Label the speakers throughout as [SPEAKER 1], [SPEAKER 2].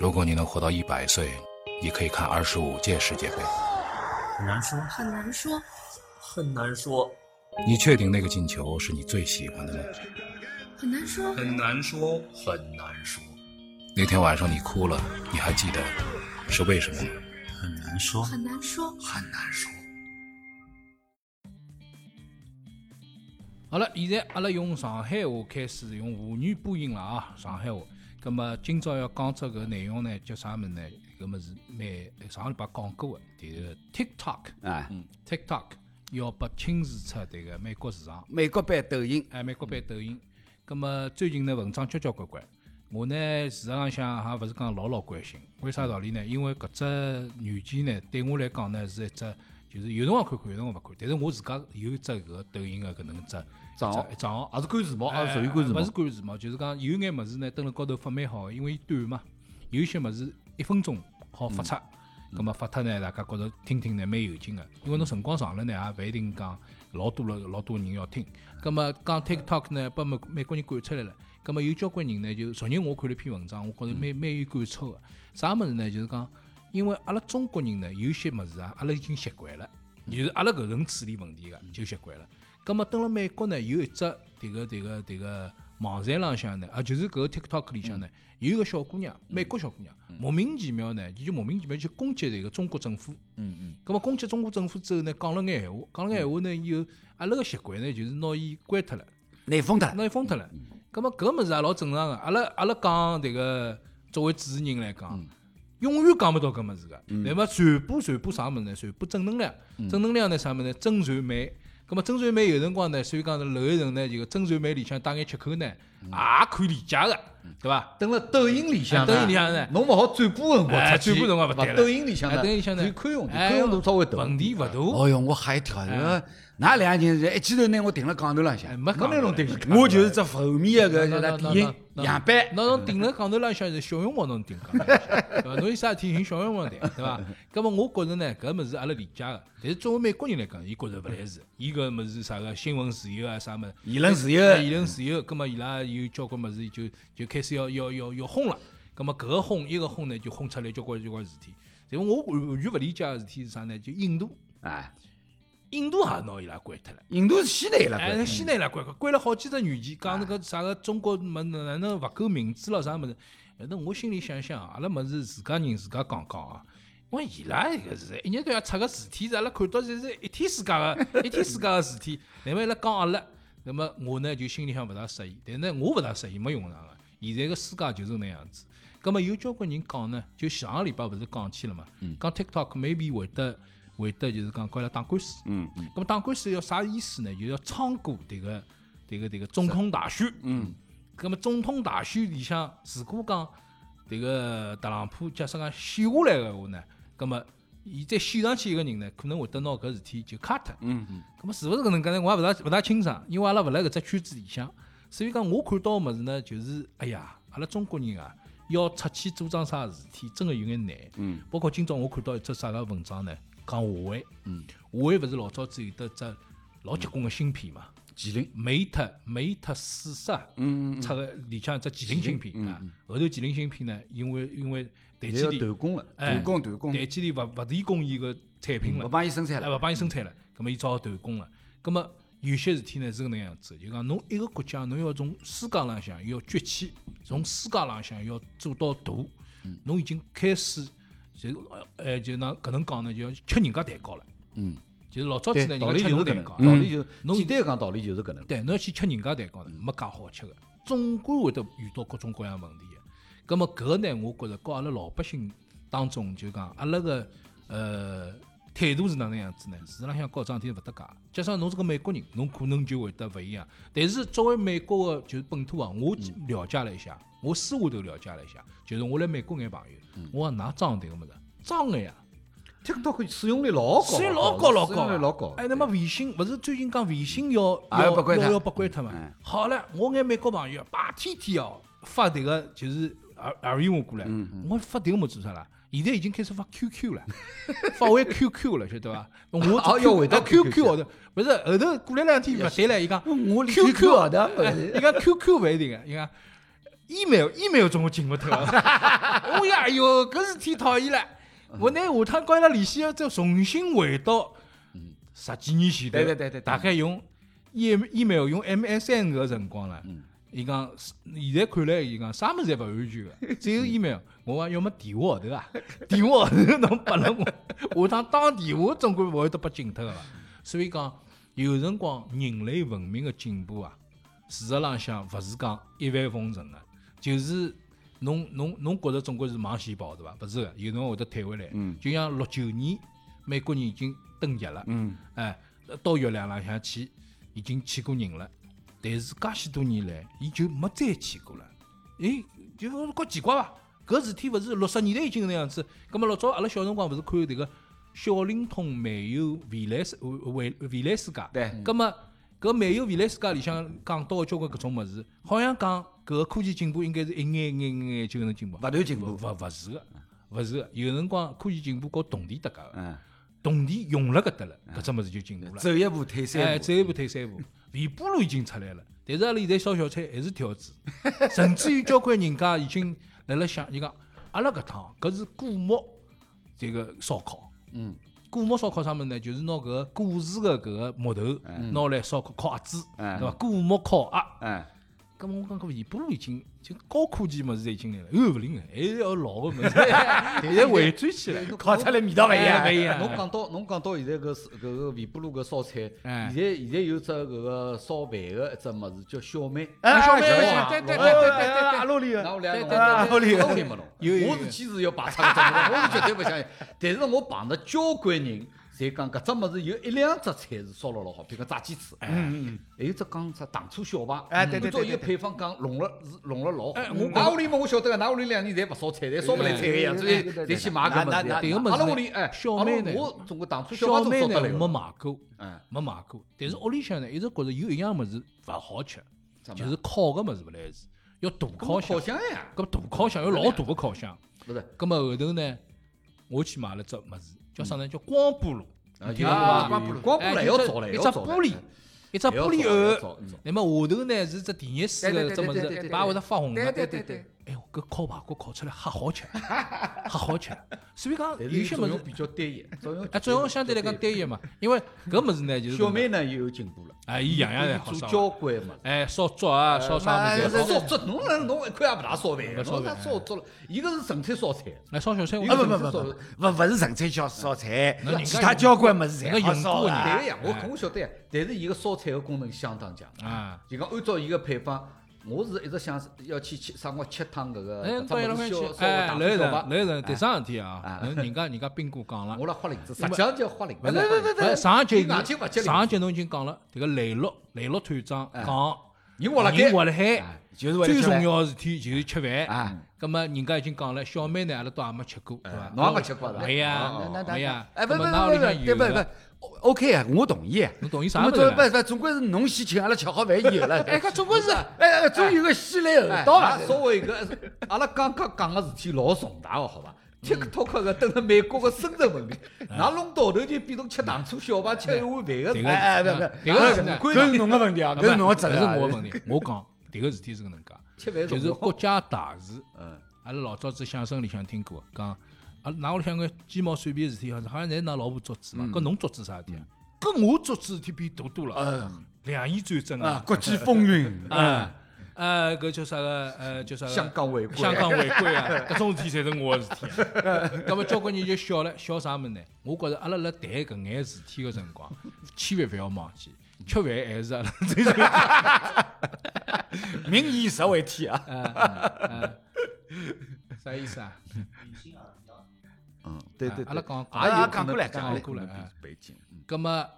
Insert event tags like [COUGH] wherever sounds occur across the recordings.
[SPEAKER 1] 如果你能活到一百岁，你可以看二十五届世界杯。
[SPEAKER 2] 很难说，
[SPEAKER 3] 很难说。
[SPEAKER 2] 很难说，
[SPEAKER 1] 你确定那个进球是你最喜欢的吗？
[SPEAKER 3] 很难说，
[SPEAKER 2] 很难说，很难说，
[SPEAKER 1] 那天晚上你哭了，你还记得是为什么吗？
[SPEAKER 2] 很难说，
[SPEAKER 3] 很难说。
[SPEAKER 2] 很难说。
[SPEAKER 4] 好了，现在阿拉用上海话开始用沪语播音了啊，上海话。葛么今朝要讲只搿内容呢，叫啥物事呢？搿么是蛮上个礼拜讲过个，就是 TikTok，
[SPEAKER 5] 啊，
[SPEAKER 4] 嗯，TikTok 要被侵蚀出迭个美国市场，
[SPEAKER 5] 美国版抖音，
[SPEAKER 4] 哎，美国版抖音。葛么最近呢文章交交关关，我呢事实浪向也勿是讲老老关心，为啥道理呢？因为搿只软件呢对我来讲呢是一只。就是有辰光看看，有辰光勿看。但是我自家有一只搿个抖音个搿能只
[SPEAKER 5] 账号
[SPEAKER 4] 一账号，
[SPEAKER 5] 也是关注毛，也啊是属于
[SPEAKER 4] 哎
[SPEAKER 5] 关注
[SPEAKER 4] 勿
[SPEAKER 5] 毛
[SPEAKER 4] 是。管时髦，就是讲有眼物事呢登辣高头发蛮好的，因为伊短嘛，有一些物事一分钟好发出，
[SPEAKER 5] 嗯
[SPEAKER 4] 咁啊么发脱呢，大家觉着听听呢蛮有劲个，因为侬辰光长了呢，也勿一定讲老多了老多人要听。咁么讲 TikTok 呢，被美美国人赶出来了，咁么有交关人呢，就昨日我看了一篇文章，我觉着
[SPEAKER 5] 嗯
[SPEAKER 4] 蛮蛮有感触个。啥物事呢？就是讲，因为阿拉中国人呢，有些物事啊，阿拉已经习惯了，
[SPEAKER 5] 嗯
[SPEAKER 4] 就是阿拉搿能处理问题个就习惯了。咁么，登了美国呢，有一只迭个迭个迭个网站浪向呢，啊，就是搿个 TikTok 里向
[SPEAKER 5] 嗯
[SPEAKER 4] 呢，有一个小姑娘，美国小姑娘，莫名其妙呢，伊就莫名其妙就攻击迭个中国政府。
[SPEAKER 5] 嗯嗯，
[SPEAKER 4] 咁么攻击中国政府之后呢，讲了眼闲话，讲了眼闲话呢，以后阿拉个习惯呢，就是拿伊关脱了。
[SPEAKER 5] 内封他，
[SPEAKER 4] 啊那伊封脱了。
[SPEAKER 6] 嗯
[SPEAKER 4] 咁么搿物事也老正常个。阿拉阿拉讲迭个作为主持人来
[SPEAKER 6] 嗯
[SPEAKER 4] 讲，永远讲勿到搿物事个。那么传播传播啥物事呢？传播正能量，
[SPEAKER 6] 嗯
[SPEAKER 4] 正能量呢啥物事呢？真传媒。咁么真传媒有辰光呢，所以讲是楼一层呢，就个真传媒里向带眼缺口呢，
[SPEAKER 6] 嗯
[SPEAKER 4] 也可以理解个，对伐？
[SPEAKER 6] 登了抖音里向
[SPEAKER 4] 啊抖
[SPEAKER 6] 呢，
[SPEAKER 4] 音里向呢
[SPEAKER 6] 侬勿好转播辰光
[SPEAKER 4] 哎
[SPEAKER 6] 出去，
[SPEAKER 4] 转播辰光勿对了
[SPEAKER 6] 抖音里向
[SPEAKER 4] 哎
[SPEAKER 6] 呢，
[SPEAKER 4] 抖音里向呢
[SPEAKER 6] 可以宽容点，
[SPEAKER 4] 哎
[SPEAKER 6] 宽容度稍微大。
[SPEAKER 4] 问题勿大。
[SPEAKER 5] 哦哟，我吓一跳，呃哪两个人是一记头拿我顶了杠头浪向
[SPEAKER 4] 哎，没
[SPEAKER 6] 没
[SPEAKER 4] 讲
[SPEAKER 6] 拿
[SPEAKER 4] 过
[SPEAKER 6] 侬顶了，
[SPEAKER 5] 我就是只负面的
[SPEAKER 4] 那
[SPEAKER 5] 搿
[SPEAKER 4] 那
[SPEAKER 5] 个
[SPEAKER 4] 那
[SPEAKER 5] 典型
[SPEAKER 4] 那
[SPEAKER 5] 样板。
[SPEAKER 4] 那侬顶了讲头浪向是小辰光侬顶讲头浪 [LAUGHS] 向，对伐？侬有啥事体寻小辰光谈，对伐？咁么我觉着呢，搿物事阿拉理解个，但是作为美国人来讲，伊觉着勿来事，伊搿物事啥个新闻自由啊啥物事，
[SPEAKER 5] 言论自由
[SPEAKER 4] 哎言论自由，咁么伊拉有交关物事就就开始要要要要轰了，咁么搿个轰一个轰呢就轰出来交关交关事体。但是我完全勿理解个事体是啥呢？就印度，
[SPEAKER 5] 啊，
[SPEAKER 4] 印度也拿伊拉关脱了。
[SPEAKER 5] 印度是西南了，
[SPEAKER 6] 嗯
[SPEAKER 4] 哎，西南伊拉关关关了好几只软件，讲那个啥个中国么哪能勿够民主了啥么子？反正我心里想想，阿拉么是自家人自家讲讲啊。我讲伊拉搿是一年到夜出个事体，是阿拉看到是是一天世界个一天世界个事体。乃末伊拉讲阿拉，那么我呢就心里向勿大适意，但呢我勿大适意，没用场个。现在个世界就是那样子。葛么有交关人讲呢，就上个礼拜勿是讲起了嘛，讲 TikTok maybe 会得会得就是讲告伊拉打官司。
[SPEAKER 5] 嗯
[SPEAKER 4] 嗯，咁么打官司要啥意思呢？就要趟过迭个迭个迭个总统大选。嗯，咁么总统大选里向，如果讲迭个特朗普假使讲选下来个话呢，咁么伊再选上去一个人呢，可能会得拿搿事体就卡脱。嗯嗯，咁么是勿是搿能介呢？我也勿大勿大清爽，因为阿拉勿辣搿只圈子里向，所以讲我看到个物事呢，就是哎呀，阿拉中国人啊。要出去做桩啥事体，真个有眼难。嗯，包括今朝我看到一只啥个文章呢，讲华为。华为勿是老早子有得只老结棍个芯片嘛
[SPEAKER 5] 麒麟，
[SPEAKER 4] ，Mate Mate 四十，嗯，出个里向一只麒麟芯片啊，后头麒麟芯片呢，因为因为台积
[SPEAKER 5] 现在要
[SPEAKER 4] 电
[SPEAKER 5] 断供了，
[SPEAKER 4] 哎
[SPEAKER 5] 断供断供，
[SPEAKER 4] 台积电勿勿提供伊个产品了
[SPEAKER 5] 勿，帮伊生产
[SPEAKER 4] 哎，
[SPEAKER 5] 了。
[SPEAKER 4] 勿帮伊生产了，咁么伊只好断供了。咁么有些事体呢是搿能样子，就讲侬一个国家，侬要从世界浪向要崛起，从世界浪向要做到大，侬已经开始就呃就那搿能讲呢，就要吃人家蛋糕了。嗯，就是老早子
[SPEAKER 6] 对
[SPEAKER 4] 呢，人家
[SPEAKER 6] 道理
[SPEAKER 4] 吃
[SPEAKER 6] 就是
[SPEAKER 4] 侬
[SPEAKER 6] 搿
[SPEAKER 4] 蛋糕
[SPEAKER 6] 能，嗯道，理就
[SPEAKER 4] 侬
[SPEAKER 6] 简单地讲道理就是搿能。
[SPEAKER 4] 对，侬要去吃人家蛋糕呢，没介好吃个，总归会得遇到各种各样问题个。咁么搿个呢，我觉着和阿拉老百姓当中就讲阿拉个呃态度是哪能样子呢？市浪向告桩事体勿搭界。加上侬是个美国人，侬可能就会得勿一样。但是作为美国个就是本土啊，我了解了一下，我私下头了解了一下，就是我来美国眼朋友，我讲㑚装迭个物事，装个呀。
[SPEAKER 6] TikTok 使用率老高，
[SPEAKER 4] 虽然老高老
[SPEAKER 6] 使用
[SPEAKER 4] 高，
[SPEAKER 6] 率老高。哎
[SPEAKER 4] 哎，那么微信勿是最近讲微信要
[SPEAKER 5] 也要
[SPEAKER 4] 要
[SPEAKER 5] 被关脱
[SPEAKER 4] 要要被关脱嘛
[SPEAKER 5] 嗯？
[SPEAKER 4] 好了，我眼美国朋友把天天哦发迭个就是啊耳耳语我过来，
[SPEAKER 6] 嗯
[SPEAKER 4] 我发迭个么子做啥啦？现在已经开始发 QQ 了， [LAUGHS] 发回 QQ 了，晓得
[SPEAKER 6] [LAUGHS]
[SPEAKER 4] 伐？我
[SPEAKER 6] 哦要回到
[SPEAKER 4] QQ
[SPEAKER 6] QQ
[SPEAKER 4] 号头，啊勿是后头过来两天勿对了，伊讲啊
[SPEAKER 6] 我连
[SPEAKER 4] QQ
[SPEAKER 6] QQ
[SPEAKER 4] 号
[SPEAKER 5] [LAUGHS]
[SPEAKER 6] 号头也不
[SPEAKER 4] 哎伊讲 QQ 勿一定个，伊讲。啊 email email 总我进勿脱。我呀，哎哟，搿事体讨厌了。
[SPEAKER 5] 嗯
[SPEAKER 4] 我拿下趟跟伊拉联系，再重新回到十几年前头，
[SPEAKER 5] 嗯对对对对对
[SPEAKER 4] 大概用 e email 用 MSN 搿辰光了。
[SPEAKER 5] 嗯
[SPEAKER 4] 伊讲，现在看来，伊讲啥物事侪勿安全个，只
[SPEAKER 5] 嗯
[SPEAKER 4] 有 email。我讲，要么电话号头啊，电话号头侬拨了我， [LAUGHS] 下趟打电话总归勿会得被禁脱个伐？所以讲，有辰光人类文明个进步啊，事实浪向勿是讲一帆风顺个，就是侬侬侬觉着总归是往前跑对伐？勿是个，有辰光会得退回来。就像六九年，美国人已经登月了，嗯，哎，到月亮浪向去，已经去过人了，但是介许多年来，伊就没再去过了。诶，就我觉奇怪伐？搿事体勿是六十年代已经那样子，葛末老早阿拉小辰光勿是看迭个小灵通漫游未来世未未来世界，
[SPEAKER 5] 对
[SPEAKER 4] 葛末搿漫游未来世界里向讲到的交关搿种物事，好像讲搿个科技进步应该是一眼一眼一眼就能进步，
[SPEAKER 5] 不断进步
[SPEAKER 4] 勿勿是个，勿是个，有辰光科技进步和动地搭界个，
[SPEAKER 5] 嗯，
[SPEAKER 4] 动地用了搿搭了，
[SPEAKER 5] 啊
[SPEAKER 4] 搿只物事就进步了。
[SPEAKER 5] 走一步退
[SPEAKER 4] 哎，
[SPEAKER 5] 三步
[SPEAKER 4] 走，一步退三步，微波炉已经出来了，但是阿拉现在烧小菜还是挑
[SPEAKER 5] [LAUGHS]
[SPEAKER 4] 子，甚至于交关人家已经辣辣想，伊讲阿拉搿趟搿是古木这个烧烤，
[SPEAKER 5] 嗯，
[SPEAKER 4] 古木烧烤啥物事呢？就是拿搿个古树个搿个木头
[SPEAKER 5] 哎
[SPEAKER 4] 拿来烧烤烤鸭子，
[SPEAKER 5] 嗯
[SPEAKER 4] 对伐？古木烤鸭。
[SPEAKER 5] 嗯，
[SPEAKER 4] 咁么我讲搿微波炉已经就高科技物事已经来了，哎又勿灵个，还是要老个物事，
[SPEAKER 5] [LAUGHS]
[SPEAKER 4] 现在回转起来，
[SPEAKER 5] 烤出来味道勿一样
[SPEAKER 4] 哎，一样
[SPEAKER 6] 侬讲到侬讲到现在搿是搿个微波炉搿烧菜，
[SPEAKER 4] 哎
[SPEAKER 6] 现在现在有只搿个烧饭个一只物事叫小麦，
[SPEAKER 5] 哎
[SPEAKER 4] 小妹
[SPEAKER 5] 小妹
[SPEAKER 6] 啊
[SPEAKER 4] 对对对对对对对
[SPEAKER 5] 阿。
[SPEAKER 6] [LAUGHS]
[SPEAKER 5] 拉里
[SPEAKER 6] 那我俩
[SPEAKER 4] 对
[SPEAKER 6] 弄
[SPEAKER 4] 对
[SPEAKER 6] 了
[SPEAKER 5] 对对对
[SPEAKER 6] 我都听不懂。
[SPEAKER 4] 有有
[SPEAKER 6] 我是坚持要排斥搿种物事， [LAUGHS] 我是绝对不相信。但是我碰到交关人，侪讲搿只物事有一两只菜是烧了老好，比如讲炸鸡翅，
[SPEAKER 4] 哎
[SPEAKER 6] 嗯嗯，还有只讲只糖醋小排，
[SPEAKER 5] 哎对对对
[SPEAKER 6] 按照伊个
[SPEAKER 5] 对对
[SPEAKER 6] 配方讲弄了是弄了老
[SPEAKER 4] 哎
[SPEAKER 6] 好。
[SPEAKER 4] 嗯
[SPEAKER 6] 我屋里嘛，我晓得个，㑚屋里两年侪勿烧菜，侪烧勿来菜个样子，
[SPEAKER 5] 哎
[SPEAKER 6] 侪侪去买搿
[SPEAKER 5] 那
[SPEAKER 6] 物
[SPEAKER 5] 那那
[SPEAKER 4] 迭
[SPEAKER 6] 事
[SPEAKER 4] 个。物事
[SPEAKER 6] 阿拉
[SPEAKER 4] 呢
[SPEAKER 6] 屋里哎，
[SPEAKER 4] 小
[SPEAKER 6] 阿拉
[SPEAKER 4] 妹呢
[SPEAKER 6] 我中国糖醋小
[SPEAKER 4] 小
[SPEAKER 6] 排都
[SPEAKER 4] 妹
[SPEAKER 6] 烧得
[SPEAKER 4] 呢
[SPEAKER 6] 来
[SPEAKER 4] 没
[SPEAKER 6] 个。
[SPEAKER 4] 买过，
[SPEAKER 6] 哎，
[SPEAKER 4] 没买过，但是屋里向呢一直觉着有一样物事勿好吃，
[SPEAKER 6] 啥物事
[SPEAKER 4] 就是烤个物事勿来事，要大烤
[SPEAKER 6] 烤
[SPEAKER 4] 箱。
[SPEAKER 6] 箱呀，
[SPEAKER 4] 搿大烤箱有老大个烤箱，
[SPEAKER 6] 不是
[SPEAKER 4] 葛末后头呢，我去买了只物事，叫啥呢？叫光波炉。
[SPEAKER 6] 啊，
[SPEAKER 4] 听
[SPEAKER 6] 有
[SPEAKER 4] 过伐？
[SPEAKER 6] 光波炉，光波炉
[SPEAKER 4] 哎
[SPEAKER 6] 还要造嘞，
[SPEAKER 4] 一只一只
[SPEAKER 6] 要造嘞哎
[SPEAKER 4] 玻璃，一只
[SPEAKER 6] 还要
[SPEAKER 4] 玻璃
[SPEAKER 6] 造还要嗯
[SPEAKER 4] 偶。
[SPEAKER 6] 造还要造
[SPEAKER 4] 那么下头呢是只电热水
[SPEAKER 5] 对
[SPEAKER 4] 个
[SPEAKER 5] 对对
[SPEAKER 4] 只物
[SPEAKER 5] 对对
[SPEAKER 4] 事，
[SPEAKER 5] 对
[SPEAKER 4] 把会得发红
[SPEAKER 3] 对
[SPEAKER 4] 个。
[SPEAKER 3] 对对对，
[SPEAKER 4] 哎哟，搿烤排骨烤出来哈好吃，哈好吃。所以讲
[SPEAKER 6] 但
[SPEAKER 4] 有
[SPEAKER 6] 是
[SPEAKER 4] 些
[SPEAKER 6] 作
[SPEAKER 4] 物
[SPEAKER 6] 用
[SPEAKER 4] 事，
[SPEAKER 6] 比较
[SPEAKER 4] [LAUGHS]
[SPEAKER 6] 单一，作用
[SPEAKER 4] 哎，作用相对来讲单一嘛，因为搿物事呢就是
[SPEAKER 6] 小妹呢又有进步了，
[SPEAKER 4] 哎，伊样样侪好
[SPEAKER 6] 做
[SPEAKER 4] 烧
[SPEAKER 6] 交
[SPEAKER 4] 啊。
[SPEAKER 6] 关嘛。
[SPEAKER 4] 哎，烧竹啊，烧啥物
[SPEAKER 5] 哎
[SPEAKER 4] 事
[SPEAKER 5] 那
[SPEAKER 4] 侪
[SPEAKER 5] 是
[SPEAKER 4] 好。
[SPEAKER 6] 烧竹，侬那侬一块也勿大烧饭，
[SPEAKER 4] 勿烧
[SPEAKER 6] 侬
[SPEAKER 4] 饭
[SPEAKER 6] 那烧竹了，伊个是纯粹烧菜，
[SPEAKER 4] 来哦烧小菜，我
[SPEAKER 5] 啊
[SPEAKER 6] 哎
[SPEAKER 5] 不
[SPEAKER 4] 们
[SPEAKER 5] 不不不不不是纯粹烧烧菜
[SPEAKER 4] 那人，家
[SPEAKER 5] 其他交关物事
[SPEAKER 4] 人
[SPEAKER 5] 侪
[SPEAKER 4] 家
[SPEAKER 5] 好
[SPEAKER 4] 用
[SPEAKER 5] 烧
[SPEAKER 4] 过
[SPEAKER 5] 啊
[SPEAKER 4] 你
[SPEAKER 6] 对个呀，我搿我晓得呀。但是伊个烧菜个功能相当强，
[SPEAKER 4] 啊，
[SPEAKER 6] 就讲按照伊个配方，我是一直想要去吃啥辰光吃趟搿
[SPEAKER 4] 哎，
[SPEAKER 6] 个，
[SPEAKER 4] 到一
[SPEAKER 6] 啥
[SPEAKER 4] 两
[SPEAKER 6] 物
[SPEAKER 4] 块
[SPEAKER 6] 事
[SPEAKER 4] 去
[SPEAKER 6] 烧，烧
[SPEAKER 4] 哎，
[SPEAKER 6] 个
[SPEAKER 4] 刘一
[SPEAKER 6] 糖
[SPEAKER 4] 成，
[SPEAKER 6] 小排，
[SPEAKER 4] 刘一成，第三事体啊，侬人家人家斌哥讲了
[SPEAKER 6] 我，来花零子，实际上就要花零
[SPEAKER 4] 勿
[SPEAKER 6] 子
[SPEAKER 4] 是
[SPEAKER 6] 了。
[SPEAKER 4] 勿是上一节已
[SPEAKER 6] 硬劲勿
[SPEAKER 4] 经
[SPEAKER 6] 接零
[SPEAKER 4] 上一节侬已经讲了，迭个雷洛雷洛团长讲，
[SPEAKER 6] 人活辣
[SPEAKER 4] 人活
[SPEAKER 6] 盖，
[SPEAKER 4] 辣海
[SPEAKER 5] 哎，就是为了
[SPEAKER 4] 最
[SPEAKER 5] 吃饭
[SPEAKER 4] 重要的事体就是吃饭。
[SPEAKER 5] 啊！
[SPEAKER 4] 葛么人家已经讲了，小妹呢阿拉都还没吃过，对伐？
[SPEAKER 6] 侬也没吃过是吧
[SPEAKER 4] 没
[SPEAKER 6] 哦
[SPEAKER 4] 呀
[SPEAKER 5] 那，那
[SPEAKER 4] 没呀。
[SPEAKER 5] 哎，不
[SPEAKER 4] 葛
[SPEAKER 5] 不
[SPEAKER 4] 么
[SPEAKER 5] 不
[SPEAKER 4] 㑚屋里向有
[SPEAKER 5] 不不
[SPEAKER 4] 的
[SPEAKER 5] 不不，OK 啊，我同意啊。
[SPEAKER 4] 侬同意啥
[SPEAKER 5] 我
[SPEAKER 4] 物事
[SPEAKER 5] 总
[SPEAKER 4] 呢
[SPEAKER 5] 不不，总归是侬先请阿拉吃好饭以后了。
[SPEAKER 4] 哎，搿总归是
[SPEAKER 5] 哎哎，总有个先来后到
[SPEAKER 6] 哎
[SPEAKER 5] 了。
[SPEAKER 6] 稍微搿，阿拉刚刚讲个事体老重大个，好伐？TikTok 个登了美国个深圳问题，㑚弄到头就变成吃糖醋小排、吃一碗饭个
[SPEAKER 4] 迭
[SPEAKER 6] 事
[SPEAKER 4] 个
[SPEAKER 5] 哎哎，不不，
[SPEAKER 4] 迭个是呢
[SPEAKER 5] 搿是侬个问题啊，搿是侬个责任
[SPEAKER 4] 是
[SPEAKER 5] 啊。
[SPEAKER 4] 我个问题。我讲迭个事体是搿能介，
[SPEAKER 6] [LAUGHS] 吃饭
[SPEAKER 4] 就
[SPEAKER 6] 重
[SPEAKER 4] 是
[SPEAKER 6] 要。
[SPEAKER 4] 国家大事。
[SPEAKER 6] 嗯，
[SPEAKER 4] 阿拉老早子相声里向听过，讲阿拉㑚屋里向个鸡毛蒜皮事体，好像好像侪是㑚老婆做主嘛。
[SPEAKER 5] 嗯
[SPEAKER 4] 搿侬做主啥事体啊？搿我做主事体比大多了， [LAUGHS] 两伊战争
[SPEAKER 5] 嗯啊
[SPEAKER 4] 啊，，
[SPEAKER 5] 国际风云啊，
[SPEAKER 4] 啊，呃，搿叫啥个？呃，叫啥个？
[SPEAKER 6] 香港违规，
[SPEAKER 4] 香港违规啊，搿种事体侪是我个事体啊。
[SPEAKER 5] [LAUGHS]
[SPEAKER 4] 葛末交关人就笑了，笑啥物事呢？我觉着阿拉辣谈搿眼事体个辰光，千万勿要忘记，吃饭还是阿拉 [LAUGHS] 最重要。
[SPEAKER 5] 民以食为天啊。
[SPEAKER 4] 啥意思啊？
[SPEAKER 6] 嗯，对对，对
[SPEAKER 4] 阿拉刚刚
[SPEAKER 6] 也有
[SPEAKER 5] 啊
[SPEAKER 6] 可能
[SPEAKER 5] 讲过来
[SPEAKER 6] 讲
[SPEAKER 5] 讲
[SPEAKER 4] 过来
[SPEAKER 6] 可能
[SPEAKER 4] 哎
[SPEAKER 6] 背景。
[SPEAKER 4] 葛末啊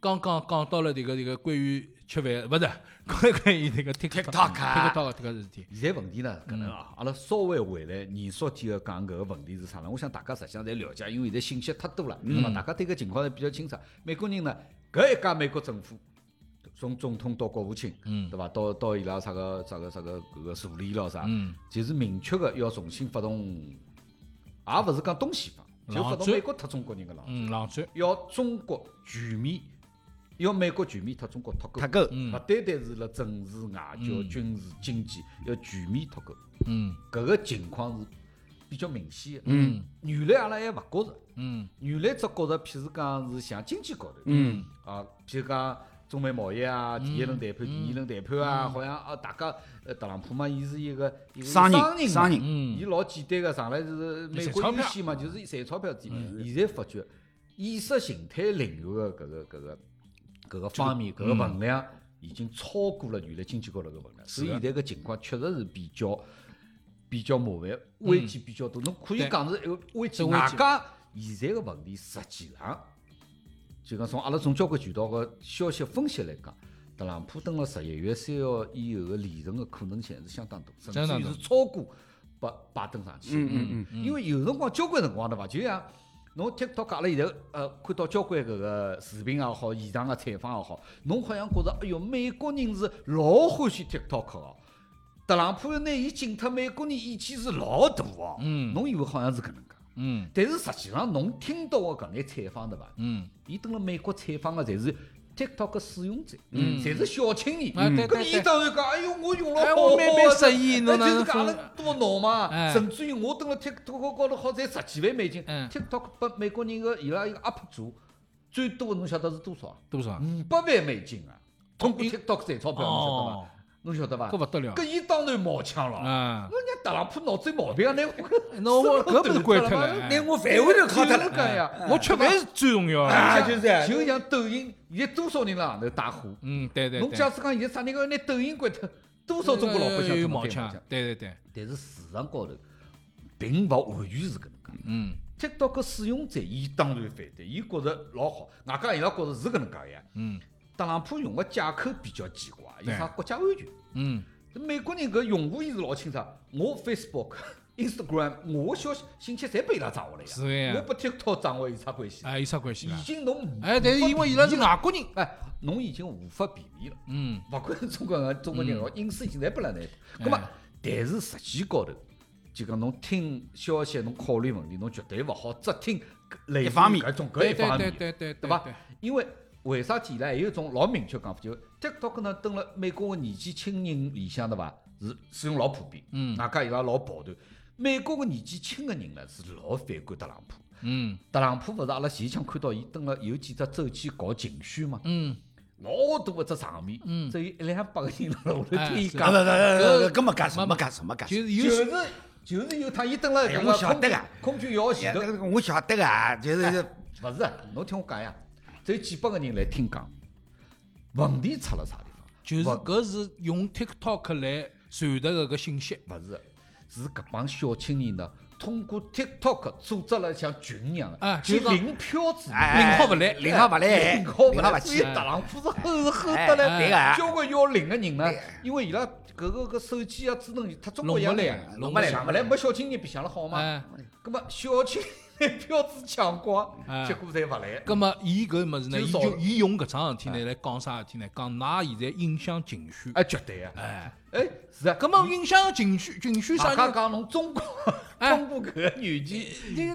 [SPEAKER 4] 刚刚讲到了迭个迭个关于吃饭，勿是 [LAUGHS] 关于关于迭个
[SPEAKER 5] TikTok 啊
[SPEAKER 4] TikTok 迭个事体。
[SPEAKER 6] 现在问题呢，可能
[SPEAKER 4] 嗯
[SPEAKER 6] 啊，阿拉稍微回来严肃点个讲搿个问题是啥呢？我想大家实际上侪了解，因为现在信息太多了，
[SPEAKER 4] 嗯
[SPEAKER 6] 对伐？大家对搿情况侪比较清爽。美国人呢，搿一家美国政府，从总统到国务卿，
[SPEAKER 4] 嗯
[SPEAKER 6] 对伐？到到伊拉啥个啥个啥个搿个助理咯啥，
[SPEAKER 4] 嗯，
[SPEAKER 6] 就是明确个要重新发动，也勿是讲东西方，就发
[SPEAKER 4] 冷
[SPEAKER 6] 动
[SPEAKER 4] 战嗯
[SPEAKER 6] 美国特中国人个浪潮，
[SPEAKER 4] 嗯，冷战。
[SPEAKER 6] 要中国全面要美国全面脱中国脱钩，
[SPEAKER 7] 脱钩
[SPEAKER 6] 嗯勿单单是辣政治、外交、
[SPEAKER 5] 嗯
[SPEAKER 6] 军事、经济，要全面脱钩。
[SPEAKER 4] 嗯
[SPEAKER 6] 搿个情况是比较明显的。
[SPEAKER 5] 嗯，
[SPEAKER 6] 原来阿拉还勿觉着，
[SPEAKER 4] 嗯
[SPEAKER 6] 原来只觉着，譬如讲是像经济高头，
[SPEAKER 5] 嗯
[SPEAKER 6] 啊，譬如讲中美贸易啊，第一轮谈判、
[SPEAKER 5] 嗯
[SPEAKER 6] 第二轮谈判啊，好像啊，大家呃，特朗普嘛，伊是一个一个
[SPEAKER 5] 商人
[SPEAKER 6] 人嘛，
[SPEAKER 5] 商人嗯
[SPEAKER 6] 伊老简单个上来就是美国
[SPEAKER 4] 赚钞
[SPEAKER 6] 优
[SPEAKER 4] 票
[SPEAKER 6] 先嘛，就是赚钞票之
[SPEAKER 5] 嗯
[SPEAKER 6] 现在发觉意识形态领域个搿个搿个搿个方面搿
[SPEAKER 4] 嗯
[SPEAKER 6] 个分量已经超过了原来经济高头个分量，
[SPEAKER 4] 啊
[SPEAKER 6] 所以现在个情况确实是比较比较麻烦，危机比较多。侬可以
[SPEAKER 4] 嗯对
[SPEAKER 6] 讲是一个危机，
[SPEAKER 4] 是危
[SPEAKER 6] 外
[SPEAKER 4] 机
[SPEAKER 6] 加现在个问题实际上。就讲从阿拉从交关渠道个消息分析来讲，特朗普登了十一月三号以后个连任个可能性还是相当大，甚
[SPEAKER 4] 相
[SPEAKER 6] 至
[SPEAKER 4] 当
[SPEAKER 6] 于
[SPEAKER 4] 大
[SPEAKER 6] 是超过拜拜登上去。
[SPEAKER 5] 嗯嗯
[SPEAKER 6] 嗯。因为有辰光交关辰光对伐？就像侬 TikTok 阿拉现在呃看到交关搿个视频也好，现场个采访也好，侬好像觉着哎哟，美国人是老欢喜 TikTok 个。特朗普拿伊禁脱美国人意见是老大哦，
[SPEAKER 4] 嗯
[SPEAKER 6] 侬以为好像是搿能介，
[SPEAKER 4] 嗯
[SPEAKER 6] 但是实际上侬听到个搿眼采访对伐？
[SPEAKER 4] 嗯，
[SPEAKER 6] 伊登了美国采访个侪是 TikTok 个使用者，嗯侪是小青年。
[SPEAKER 4] 嗯啊对
[SPEAKER 6] 搿
[SPEAKER 4] 对
[SPEAKER 6] 伊
[SPEAKER 4] 对
[SPEAKER 6] 当然讲，哎哟，我用了
[SPEAKER 4] 哎
[SPEAKER 6] 好
[SPEAKER 4] 我
[SPEAKER 6] 好
[SPEAKER 4] 慢慢
[SPEAKER 6] 的
[SPEAKER 4] 适应侬
[SPEAKER 6] 哎
[SPEAKER 4] 哪
[SPEAKER 6] 就是
[SPEAKER 4] 能
[SPEAKER 6] 讲阿拉多闹嘛，
[SPEAKER 4] 哎
[SPEAKER 6] 甚至于我登了 TikTok 高头好赚十几万美金。
[SPEAKER 4] 嗯
[SPEAKER 6] TikTok 拨美国人个伊拉一个 UP 主，最多侬晓得是多少啊？
[SPEAKER 4] 多少？
[SPEAKER 6] 五百万美金啊！通过 TikTok 赚钞票，
[SPEAKER 4] 哦
[SPEAKER 6] 侬晓得伐？
[SPEAKER 4] 搿
[SPEAKER 6] 侬晓得伐？
[SPEAKER 4] 勿得了
[SPEAKER 6] 搿伊当然冒腔了。
[SPEAKER 4] 啊！
[SPEAKER 6] 侬讲特朗普脑子有毛病啊！
[SPEAKER 4] [LAUGHS]
[SPEAKER 6] 拿我
[SPEAKER 4] 那我搿不是关脱
[SPEAKER 6] 了吗
[SPEAKER 4] 了？哎
[SPEAKER 5] 拿我饭碗都敲脱
[SPEAKER 6] 就是
[SPEAKER 5] 了，
[SPEAKER 6] 搿呀，
[SPEAKER 4] 我吃饭是最重要的。
[SPEAKER 5] 啊，就是啊，
[SPEAKER 6] 就像抖音，现在多少人辣行头带货？
[SPEAKER 4] 嗯，对对对。
[SPEAKER 6] 侬假使讲现在啥人要拿抖音关脱，多少中国老百姓
[SPEAKER 4] 有
[SPEAKER 6] 怎么
[SPEAKER 4] 毛
[SPEAKER 6] 对
[SPEAKER 4] 腔
[SPEAKER 6] 腔？？
[SPEAKER 4] 对对对，
[SPEAKER 6] 但是市场高头并勿完全是搿能介。
[SPEAKER 4] 嗯
[SPEAKER 6] TikTok 个使用者，伊当然反对，伊觉着老好，外加伊拉觉着是搿能介呀。
[SPEAKER 4] 嗯
[SPEAKER 6] 特朗普用个借口比较奇怪，伊
[SPEAKER 4] 对
[SPEAKER 6] 啥国家安全？
[SPEAKER 4] 嗯
[SPEAKER 6] 美国人搿用户意识老清爽，我 Facebook、Instagram，我消息信息侪被伊拉掌握了呀。
[SPEAKER 4] 是呀
[SPEAKER 6] 我拨 TikTok 掌握有啥关系？
[SPEAKER 4] 啊，有啥关系
[SPEAKER 6] 已
[SPEAKER 4] 啦？
[SPEAKER 6] 经侬
[SPEAKER 4] 哎，但是因为伊拉是外国人，
[SPEAKER 6] 哎，侬已经无法避免了。
[SPEAKER 4] 嗯
[SPEAKER 6] 勿管是中国人、中国人哦，因素已经侪拨辣那头。
[SPEAKER 4] 哎
[SPEAKER 6] 葛末，但是实际高头，就讲侬听消息，侬考虑问题，侬绝对勿好只听类似于
[SPEAKER 5] 一方面
[SPEAKER 6] 搿种搿一
[SPEAKER 4] 对对
[SPEAKER 6] 方
[SPEAKER 4] 对
[SPEAKER 6] 面，
[SPEAKER 4] 对对
[SPEAKER 6] 对伐
[SPEAKER 4] 对？
[SPEAKER 6] 因为为啥体呢？还有一种老明确讲法，就 TikTok 呢，登了美国个年纪轻人里向对伐？是使用老普遍，
[SPEAKER 4] 嗯
[SPEAKER 6] 外加伊拉老抱团。美国个年纪轻个人呢，是老反感特朗普。
[SPEAKER 4] 嗯
[SPEAKER 6] 特朗普勿是阿拉前一枪看到伊登了有几只周期搞情绪嘛？
[SPEAKER 4] 嗯，
[SPEAKER 6] 老大一只场面，
[SPEAKER 4] 嗯
[SPEAKER 6] 只有一两百个人辣下头
[SPEAKER 4] 哎
[SPEAKER 6] 听伊
[SPEAKER 4] 是
[SPEAKER 6] 讲
[SPEAKER 5] 啊不，不不，搿没解释，没解释，没解释。
[SPEAKER 4] 就是
[SPEAKER 6] 就
[SPEAKER 4] 有
[SPEAKER 6] 是就是有趟伊蹲辣
[SPEAKER 5] 哎
[SPEAKER 6] 搿
[SPEAKER 5] 我晓得
[SPEAKER 6] 个
[SPEAKER 5] 个
[SPEAKER 6] 空空军一号
[SPEAKER 5] 哎
[SPEAKER 6] 前头
[SPEAKER 5] 那，个我晓得个啊，就是
[SPEAKER 6] 勿是啊，侬听我讲呀，只有几百个人来听讲，问题出了啥地方？
[SPEAKER 4] 就是
[SPEAKER 6] 勿
[SPEAKER 4] 搿是用 TikTok 来传达搿个信息。
[SPEAKER 6] 勿是，是搿帮小青年呢，通过 TikTok 组织了像群一样
[SPEAKER 4] 啊
[SPEAKER 6] 的，
[SPEAKER 4] 就
[SPEAKER 6] 去
[SPEAKER 4] 是讲
[SPEAKER 6] 领票子，
[SPEAKER 5] 哎
[SPEAKER 4] 领号勿来
[SPEAKER 6] 啊
[SPEAKER 5] 领号勿来，
[SPEAKER 6] 领好
[SPEAKER 5] 领号勿
[SPEAKER 6] 所以
[SPEAKER 5] 去
[SPEAKER 6] 特。朗普是吼是吼得
[SPEAKER 5] 哎对
[SPEAKER 4] 啊
[SPEAKER 6] 来，
[SPEAKER 5] 个
[SPEAKER 6] 交关要领个人呢，因为伊拉搿个搿手机啊、智能，它中国一
[SPEAKER 4] 弄
[SPEAKER 6] 样
[SPEAKER 4] 不来
[SPEAKER 6] 呀
[SPEAKER 4] 弄
[SPEAKER 6] 不
[SPEAKER 4] 不
[SPEAKER 6] 来，
[SPEAKER 4] 来
[SPEAKER 6] 上不来，没小青年白相了好嘛
[SPEAKER 4] 哎？
[SPEAKER 6] 葛末小青年票子抢光，
[SPEAKER 4] 哎
[SPEAKER 6] 结果侪勿来。
[SPEAKER 4] 葛么，伊搿物事呢，
[SPEAKER 6] 就
[SPEAKER 4] 伊
[SPEAKER 6] 少
[SPEAKER 4] 就
[SPEAKER 6] 了
[SPEAKER 4] 伊用搿桩事体
[SPEAKER 5] 哎
[SPEAKER 4] 呢来讲啥事体呢？讲㑚现在影响情绪。
[SPEAKER 6] 啊，绝对啊！
[SPEAKER 4] 哎，
[SPEAKER 6] 哎，是啊，
[SPEAKER 4] 葛么影响情绪，情绪
[SPEAKER 5] 啊
[SPEAKER 4] 啥
[SPEAKER 6] 大家
[SPEAKER 4] 人？
[SPEAKER 6] 讲侬中国
[SPEAKER 4] 哎
[SPEAKER 6] 通过搿个软件，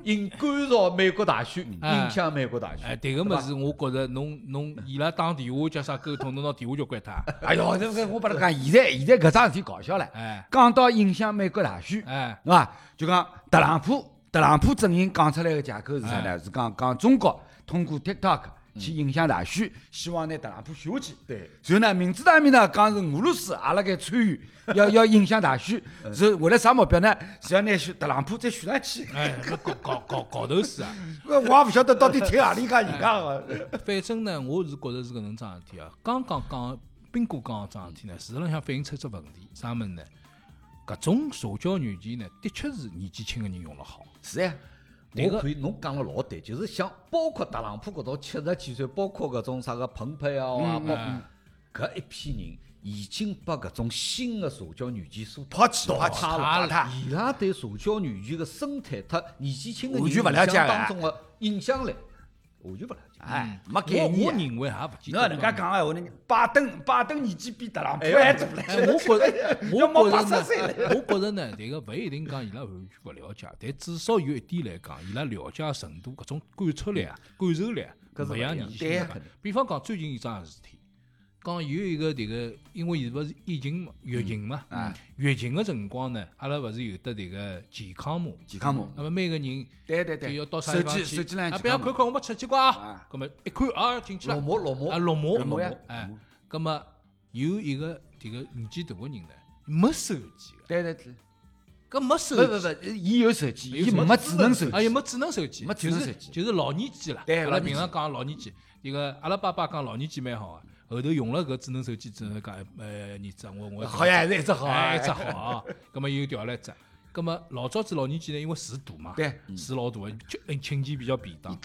[SPEAKER 6] 影干扰美国大选，
[SPEAKER 4] 哎
[SPEAKER 6] 影响美国大选。
[SPEAKER 4] 哎，迭个
[SPEAKER 6] 对吧
[SPEAKER 4] 物事，我觉着侬侬伊拉打电话叫啥沟通，侬拿电话就关脱。
[SPEAKER 5] 哎哟，这个我帮侬讲，现在现在搿桩事体搞笑了。
[SPEAKER 4] 哎
[SPEAKER 5] 讲到影响美国大选，
[SPEAKER 4] 哎
[SPEAKER 5] 对伐？就讲特朗普，特朗普阵营讲出来个借口是啥
[SPEAKER 6] 哎
[SPEAKER 5] 呢？是讲讲中国通过 TikTok 去影响大选，希望拿特朗普选下去。
[SPEAKER 6] 对。
[SPEAKER 5] 然后呢，民主党面呢讲是俄罗斯也辣盖
[SPEAKER 6] [LAUGHS]
[SPEAKER 5] 参与，要要影响大选，
[SPEAKER 6] 哎
[SPEAKER 5] 是为了啥目标呢？是要拿选特朗普再选上去。
[SPEAKER 4] 哎，搿搞搞搞搞头事啊！
[SPEAKER 5] 我也勿晓得到底听何里家人家个。
[SPEAKER 4] 反正呢，我是觉着是搿能桩事体啊。刚刚讲斌哥讲个桩事体呢，事实浪向反映出一只问题，啥物事呢？搿种社交软件呢，的确是年纪轻个人用了好。
[SPEAKER 5] 是呀，
[SPEAKER 4] 迭
[SPEAKER 6] 我
[SPEAKER 4] 个
[SPEAKER 6] 看侬讲了老对，就是像包括特朗普搿种七十几岁，包括搿种啥个蓬佩奥
[SPEAKER 5] 嗯
[SPEAKER 6] 啊，包括搿一批人，已经把搿种新的社交软件所
[SPEAKER 5] 抛弃抛弃
[SPEAKER 6] 淘
[SPEAKER 5] 淘汰
[SPEAKER 6] 啊了。伊拉对社交软件个生态，它年纪轻的人
[SPEAKER 5] 完全勿了
[SPEAKER 6] 影
[SPEAKER 5] 解
[SPEAKER 6] 响
[SPEAKER 5] 啊
[SPEAKER 6] 当中的影响力，完全勿了解。
[SPEAKER 5] 哎，没概
[SPEAKER 4] 我
[SPEAKER 5] 念
[SPEAKER 4] 我
[SPEAKER 5] 啊。
[SPEAKER 4] 认为也勿见
[SPEAKER 5] 侬
[SPEAKER 4] 得
[SPEAKER 5] 要能介
[SPEAKER 4] 讲
[SPEAKER 5] 讲闲话，呢，拜登拜登年纪比特朗普还大了。
[SPEAKER 4] 哎，我觉着，
[SPEAKER 5] 要
[SPEAKER 4] 我
[SPEAKER 5] 冒
[SPEAKER 4] 觉
[SPEAKER 5] 八
[SPEAKER 4] 着
[SPEAKER 5] 十岁
[SPEAKER 4] 呢，我觉着呢，迭个勿一定讲伊拉完全勿了解，但至少有一点来讲，伊拉了解程度搿种观察力啊、感受力啊，
[SPEAKER 6] 搿是
[SPEAKER 4] 勿一样
[SPEAKER 6] 勿
[SPEAKER 4] 样
[SPEAKER 6] 一样
[SPEAKER 4] 对
[SPEAKER 6] 对
[SPEAKER 4] 呀
[SPEAKER 6] 呀肯定。
[SPEAKER 4] 比方讲最近一桩事体，讲有一个迭个，因为现在勿是疫情嘛，疫情嘛，疫情个辰光呢，阿拉勿是有得迭个健康码，
[SPEAKER 5] 健康码，
[SPEAKER 4] 那么每个人
[SPEAKER 5] 对对
[SPEAKER 4] 就
[SPEAKER 5] 对
[SPEAKER 4] 要，到啥
[SPEAKER 5] 手
[SPEAKER 4] 地方
[SPEAKER 5] 机
[SPEAKER 4] 去？
[SPEAKER 5] 手机浪
[SPEAKER 4] 啊，
[SPEAKER 5] 健
[SPEAKER 4] 不要
[SPEAKER 5] 康码
[SPEAKER 4] 看，看我没吃鸡瓜啊
[SPEAKER 5] 啊。
[SPEAKER 4] 咁么一看啊进去了
[SPEAKER 6] 老，毛老毛
[SPEAKER 4] 啊，绿帽，
[SPEAKER 5] 绿帽呀啊
[SPEAKER 4] 哎，咁么有一个迭个年纪大个人呢，没手机
[SPEAKER 5] 对对对，
[SPEAKER 4] 个，搿没手
[SPEAKER 5] 不
[SPEAKER 4] 机，
[SPEAKER 5] 不不，伊有手机，
[SPEAKER 4] 有
[SPEAKER 5] 伊
[SPEAKER 4] 手机
[SPEAKER 5] 没智能手
[SPEAKER 4] 啊，也
[SPEAKER 5] 机，
[SPEAKER 4] 没智能手机，
[SPEAKER 5] 没智
[SPEAKER 4] 就
[SPEAKER 5] 能
[SPEAKER 4] 是
[SPEAKER 5] 手机
[SPEAKER 4] 就是老年机了。
[SPEAKER 5] 对
[SPEAKER 4] 阿
[SPEAKER 5] 老
[SPEAKER 4] 拉
[SPEAKER 5] 年
[SPEAKER 4] 平常
[SPEAKER 5] 机
[SPEAKER 4] 讲老年机，一个阿拉爸爸讲老年机蛮好啊。后头用了搿智能手机之后讲，呃，儿子啊，我我
[SPEAKER 5] 好像还是一只好啊
[SPEAKER 4] 哎，一只好啊。葛么又调了一只，葛么老早子老年机呢，因为市大嘛，
[SPEAKER 5] 对，嗯
[SPEAKER 4] 市老大的，就嗯经济比较便当。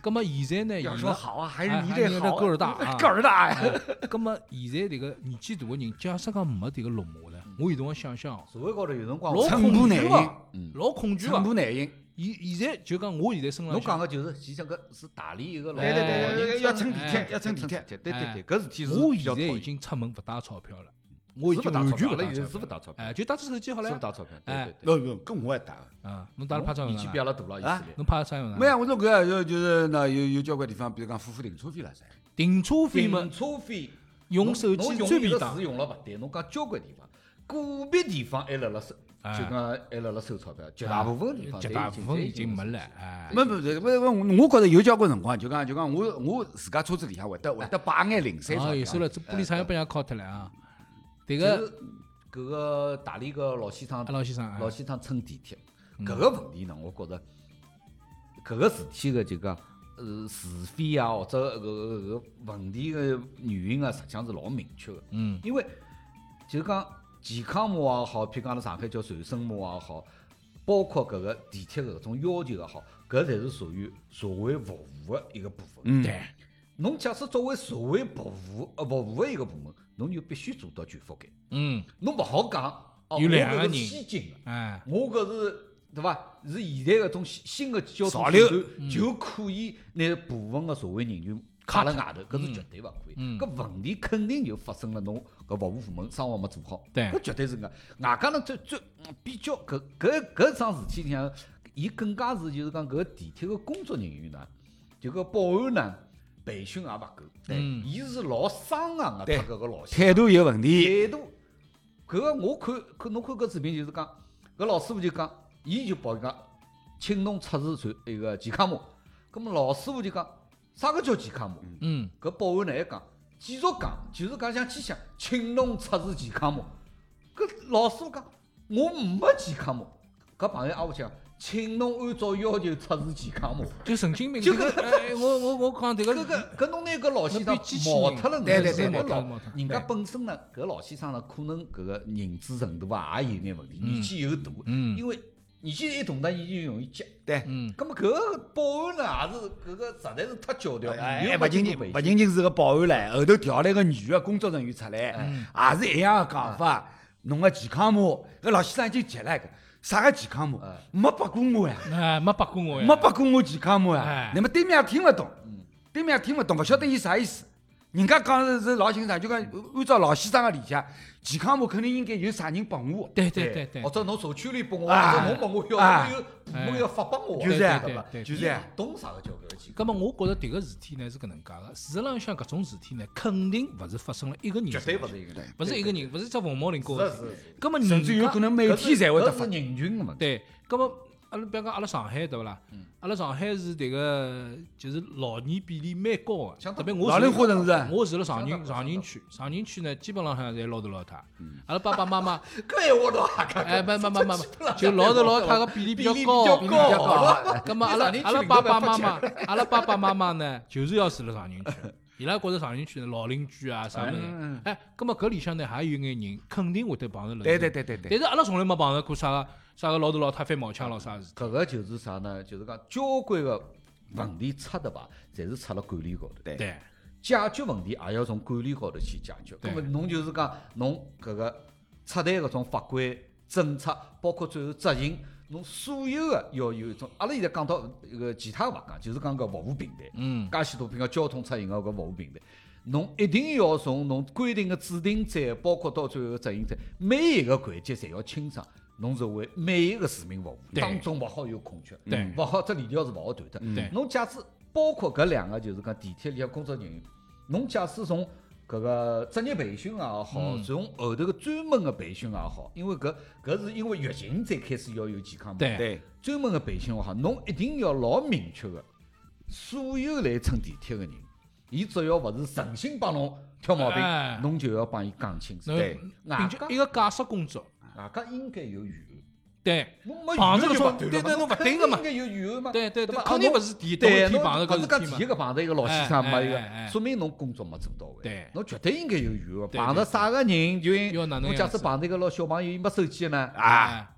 [SPEAKER 4] 葛么现在呢，
[SPEAKER 5] 要
[SPEAKER 4] 伊
[SPEAKER 5] 说
[SPEAKER 4] 拉
[SPEAKER 5] 好啊，还是
[SPEAKER 4] 哎
[SPEAKER 5] 你
[SPEAKER 4] 还
[SPEAKER 5] 这
[SPEAKER 4] 是你
[SPEAKER 5] 好啊，
[SPEAKER 4] 这个儿大啊
[SPEAKER 5] 个儿大呀，
[SPEAKER 4] [LAUGHS] 哎，葛么现在迭个年纪大个人，假使讲没迭个绿码呢，我有辰光想想哦，
[SPEAKER 6] 社会高头有辰光，
[SPEAKER 4] 老
[SPEAKER 5] 寸
[SPEAKER 4] 恐
[SPEAKER 5] 步
[SPEAKER 4] 惧
[SPEAKER 5] 难
[SPEAKER 4] 个，老恐惧
[SPEAKER 5] 寸步
[SPEAKER 4] 个。
[SPEAKER 5] 难行。
[SPEAKER 4] 现现在就讲我现在身
[SPEAKER 6] 侬
[SPEAKER 4] 浪向
[SPEAKER 6] 讲。个就是，其实搿是大理一个老
[SPEAKER 5] 对对对对
[SPEAKER 6] 人
[SPEAKER 5] 对，要乘地
[SPEAKER 4] 哎
[SPEAKER 5] 铁，要乘地
[SPEAKER 6] 地
[SPEAKER 5] 铁
[SPEAKER 6] 铁，。对对
[SPEAKER 4] 哎
[SPEAKER 6] 对，搿事体是
[SPEAKER 4] 我
[SPEAKER 6] 比
[SPEAKER 4] 现
[SPEAKER 6] 较
[SPEAKER 4] 在
[SPEAKER 6] 讨
[SPEAKER 4] 已
[SPEAKER 6] 厌
[SPEAKER 4] 经出门勿带钞票了，我已
[SPEAKER 6] 是
[SPEAKER 4] 经
[SPEAKER 6] 不打
[SPEAKER 4] 完
[SPEAKER 6] 钞
[SPEAKER 4] 全
[SPEAKER 6] 票，
[SPEAKER 4] 勿
[SPEAKER 6] 阿拉
[SPEAKER 4] 带
[SPEAKER 6] 现在是
[SPEAKER 4] 钞
[SPEAKER 6] 勿
[SPEAKER 4] 票
[SPEAKER 6] 打
[SPEAKER 4] 了，
[SPEAKER 6] 钞票，
[SPEAKER 4] 哎，就带只手机好
[SPEAKER 6] 是勿
[SPEAKER 4] 了。
[SPEAKER 6] 打钞票，
[SPEAKER 4] 哎
[SPEAKER 6] 对对对。
[SPEAKER 5] 不不，跟我也打。
[SPEAKER 4] 啊，侬带了拍照
[SPEAKER 6] 年纪比阿拉大了，
[SPEAKER 5] 啊
[SPEAKER 6] 意思
[SPEAKER 4] 侬拍啥用
[SPEAKER 5] 没
[SPEAKER 4] 啊？
[SPEAKER 5] 呀，我说搿个就就是那有有交关地方，比如讲付付停车费了噻。
[SPEAKER 4] 停车费
[SPEAKER 6] 停
[SPEAKER 4] 嘛，
[SPEAKER 6] 车费
[SPEAKER 4] 用
[SPEAKER 6] 侬
[SPEAKER 4] 手
[SPEAKER 6] 侬
[SPEAKER 4] 机
[SPEAKER 6] 用
[SPEAKER 4] 最
[SPEAKER 6] 一
[SPEAKER 4] 便
[SPEAKER 6] 个
[SPEAKER 4] 当
[SPEAKER 6] 词。用了勿对，侬讲交关地方，个别地方还辣辣收，
[SPEAKER 4] 哎
[SPEAKER 6] 就讲还辣辣收钞票，绝
[SPEAKER 4] 啊
[SPEAKER 6] 大部分地方
[SPEAKER 4] 绝
[SPEAKER 6] 侪
[SPEAKER 4] 大部分已
[SPEAKER 6] 已
[SPEAKER 4] 经
[SPEAKER 6] 经
[SPEAKER 4] 没了，哎，
[SPEAKER 5] 没没没，我我我觉着有交关辰光，就讲就讲我我自家车子里向会得会得摆眼零散
[SPEAKER 4] 啊，有
[SPEAKER 5] 钞
[SPEAKER 4] 时
[SPEAKER 5] 票。
[SPEAKER 4] 候
[SPEAKER 6] 哎
[SPEAKER 4] 这玻璃厂要被人家敲脱了啊。迭
[SPEAKER 6] 搿
[SPEAKER 4] 个
[SPEAKER 6] 搿个大理个老先生
[SPEAKER 4] 啊，老先生啊，
[SPEAKER 6] 老先生乘地铁，搿个问题呢，我觉着搿个事体个就讲呃是非啊，或者搿个搿个问题个原因啊，实际上是老明确个。
[SPEAKER 4] 嗯，
[SPEAKER 6] 因为就讲健康码也好，譬如讲阿拉上海叫传声码也好，包括搿个地铁搿种要求也好，搿侪是属于社会服务个一个部分。
[SPEAKER 5] 嗯，
[SPEAKER 4] 对，
[SPEAKER 6] 侬假使作为社会服务呃服务个一个部门，侬就必须做到全覆盖。
[SPEAKER 4] 嗯，
[SPEAKER 6] 侬勿好讲，哦
[SPEAKER 4] 有两个
[SPEAKER 6] 我搿
[SPEAKER 4] 人
[SPEAKER 6] 是先进个，
[SPEAKER 4] 哎，
[SPEAKER 6] 我搿是对伐？是现在搿种新新个交通
[SPEAKER 5] 潮流
[SPEAKER 6] 手段就可以拿部分个社会人群卡辣外头，搿是绝对勿可以。
[SPEAKER 4] 嗯
[SPEAKER 6] 搿问题肯定就发生了，侬搿服务部门生活没做好，
[SPEAKER 4] 对
[SPEAKER 6] 搿绝对是搿样。外加呢，最最嗯比较搿搿搿桩事体里向，伊更加是就是讲搿地铁个工作人员呢，就搿保安呢培训也勿够，对，伊是老生硬个，
[SPEAKER 5] 对
[SPEAKER 6] 他搿个老先生
[SPEAKER 5] 态度有问题。
[SPEAKER 6] 态度，搿个我看看侬看搿视频就是讲，搿老师傅就讲，伊就报伊讲，请侬出示传一个健康码。葛么老师傅就讲，啥个叫健康码？
[SPEAKER 4] 嗯，
[SPEAKER 6] 搿保安呢还讲，继续讲，就是讲像机箱，请侬出示健康码。搿老师傅讲，我没健康码。搿朋友挨下去讲，请侬按照要求出示健康码。
[SPEAKER 4] 就神经病，这
[SPEAKER 6] [LAUGHS]
[SPEAKER 4] 个，哎，我我我讲迭个，
[SPEAKER 6] 搿个搿侬拿搿老先生
[SPEAKER 4] 那比机器
[SPEAKER 6] 毛
[SPEAKER 4] 人
[SPEAKER 6] 脱了，
[SPEAKER 5] 对对对
[SPEAKER 6] 搿
[SPEAKER 4] 对
[SPEAKER 6] 老
[SPEAKER 4] 毛脱
[SPEAKER 6] 人家本身呢，搿老先生呢，可能搿个认知程度啊，也有眼问题，年纪有大，
[SPEAKER 4] 嗯
[SPEAKER 6] 因为年纪一大呢，伊就容易急。
[SPEAKER 5] 对，
[SPEAKER 4] 嗯，
[SPEAKER 6] 葛末搿个保安呢，也是搿个实在是太教条，
[SPEAKER 5] 哎，
[SPEAKER 6] 又
[SPEAKER 5] 勿仅
[SPEAKER 6] 经
[SPEAKER 5] 仅
[SPEAKER 6] 过培
[SPEAKER 5] 勿
[SPEAKER 6] 训
[SPEAKER 5] 仅仅是个保安唻，后头调来个女个工作人员出来，也是一样个讲法。侬个健康码，搿老先生已经急了一个，啥个健康码？没拨过我呀。
[SPEAKER 4] 哎，没拨过我呀，
[SPEAKER 5] 没拨过我健康码
[SPEAKER 4] 哎
[SPEAKER 5] 啊。那么对面也听勿懂，对面也听勿懂，勿晓得伊啥意思。人家讲是是老清爽，就讲按照老先生个理解，健康码肯定应该有啥人拨我。
[SPEAKER 4] 对对对对
[SPEAKER 6] 或，者侬社区里拨我，
[SPEAKER 5] 啊
[SPEAKER 6] 或者侬拨我要，
[SPEAKER 5] 啊
[SPEAKER 6] 侬有部门要发拨我，
[SPEAKER 5] 就是
[SPEAKER 6] 对
[SPEAKER 5] 啊
[SPEAKER 6] 对伐
[SPEAKER 4] 对对对
[SPEAKER 5] 就是啊
[SPEAKER 6] 伊懂啥个教条去？
[SPEAKER 4] 咁么，我觉着迭个事体呢是搿能介个。事实浪向搿种事体呢，肯定勿是发生了一个人
[SPEAKER 6] 绝
[SPEAKER 4] 身上，
[SPEAKER 6] 对勿是一个人，
[SPEAKER 4] 勿是一个人，勿是只凤毛麟角个
[SPEAKER 6] 是
[SPEAKER 4] 事
[SPEAKER 6] 是
[SPEAKER 4] 体。咁啊么，
[SPEAKER 5] 甚至有可能每
[SPEAKER 6] 搿是
[SPEAKER 5] 天侪会得
[SPEAKER 6] 搿
[SPEAKER 5] 发
[SPEAKER 6] 是。人群个问题。
[SPEAKER 4] 对，咁么阿拉比如讲阿拉上海对勿啦？
[SPEAKER 6] 嗯
[SPEAKER 4] 阿拉上海是迭个就是老年比例蛮高个，
[SPEAKER 6] 相
[SPEAKER 4] 特
[SPEAKER 6] 当
[SPEAKER 4] 别我
[SPEAKER 5] 老龄
[SPEAKER 4] 住
[SPEAKER 5] 化城市啊
[SPEAKER 4] 我住了上
[SPEAKER 6] 相嗯
[SPEAKER 4] 宁
[SPEAKER 6] 当
[SPEAKER 4] 上宁区，上宁区呢基本浪向侪老头老太。阿拉爸爸妈妈，
[SPEAKER 6] 搿闲话侬也讲。
[SPEAKER 4] 哎，没没没没没，就老头老太个比例比较高，
[SPEAKER 6] 比例比较
[SPEAKER 4] 较
[SPEAKER 6] 高
[SPEAKER 4] 高。咁么阿拉
[SPEAKER 6] 你上
[SPEAKER 4] 阿拉
[SPEAKER 6] 宁区领
[SPEAKER 4] 爸
[SPEAKER 6] 导
[SPEAKER 4] 爸
[SPEAKER 6] 蛮
[SPEAKER 4] 妈
[SPEAKER 6] 不
[SPEAKER 4] 妈，阿拉爸爸妈妈呢，就是要住辣上宁区，伊拉觉着上宁区呢老邻居啊啥物事。哎，咁么搿里向呢，还有一眼人肯定会得碰着楼。
[SPEAKER 5] 对对。对对对，
[SPEAKER 4] 但是阿拉从来没碰着过啥个啥个老头老太翻毛腔咯啥事体。
[SPEAKER 6] 搿个就是啥呢？就是讲交关个问题出对伐，侪是出辣管理高头。对
[SPEAKER 4] 对，
[SPEAKER 6] 解决问题也要从管理高头去解决。
[SPEAKER 4] 对
[SPEAKER 6] 那么侬就是讲侬搿个出台搿种法规政策，包括最后执行，侬所有个要有一种。阿拉现在讲到搿个其他勿讲，就是讲搿服务平台，
[SPEAKER 4] 嗯，
[SPEAKER 6] 介许多譬如讲交通出行个搿服务平台。侬一定要从侬规定个制定者，包括到最后个执行者，每一个环节侪要清爽。侬是为每一个市民服务，
[SPEAKER 4] 对
[SPEAKER 6] 当中勿好有空缺，
[SPEAKER 4] 对嗯
[SPEAKER 6] 勿好这链条是勿好断的。
[SPEAKER 4] 对
[SPEAKER 6] 侬假使包括搿两个就是讲地铁里向工作人员，侬假使从搿个职业培训也
[SPEAKER 4] 嗯
[SPEAKER 6] 好，从后头个专门个培训也好，因为搿搿是因为疫情才开始要有健康码，
[SPEAKER 4] 啊对
[SPEAKER 5] 对，
[SPEAKER 6] 专门个培训也好，侬一定要老明确个，所有来乘地铁个人，伊只要勿是诚心帮侬挑毛病
[SPEAKER 4] 哎，
[SPEAKER 6] 侬就要帮伊讲清楚。
[SPEAKER 4] 侬
[SPEAKER 5] 对
[SPEAKER 6] 外
[SPEAKER 4] 并且
[SPEAKER 6] 加
[SPEAKER 4] 一个解释工作，
[SPEAKER 6] 外加应该有预案。
[SPEAKER 4] 对，
[SPEAKER 6] 侬没
[SPEAKER 4] 碰着
[SPEAKER 6] 个
[SPEAKER 4] 搿种对对侬勿对个嘛
[SPEAKER 6] 应该有预案嘛。
[SPEAKER 4] 对对
[SPEAKER 6] 对
[SPEAKER 4] 对
[SPEAKER 6] 吧，啊
[SPEAKER 4] 肯定勿是第一第一
[SPEAKER 6] 对，
[SPEAKER 4] 天碰着
[SPEAKER 6] 侬
[SPEAKER 4] 搿
[SPEAKER 6] 勿是
[SPEAKER 4] 事
[SPEAKER 6] 讲
[SPEAKER 4] 体
[SPEAKER 6] 第
[SPEAKER 4] 嘛
[SPEAKER 6] 一个碰着一个老先生
[SPEAKER 4] 哎
[SPEAKER 6] 没一个
[SPEAKER 4] 哎哎哎，
[SPEAKER 6] 说明侬工作没做到位。
[SPEAKER 4] 对
[SPEAKER 6] 侬绝对应该有预案。
[SPEAKER 4] 对
[SPEAKER 6] 碰着啥个人就应
[SPEAKER 4] 要哪能
[SPEAKER 6] 侬假
[SPEAKER 4] 样
[SPEAKER 6] 使
[SPEAKER 4] 子
[SPEAKER 6] 碰着一个老小朋友，伊没手机呢，
[SPEAKER 5] 啊，
[SPEAKER 4] 哎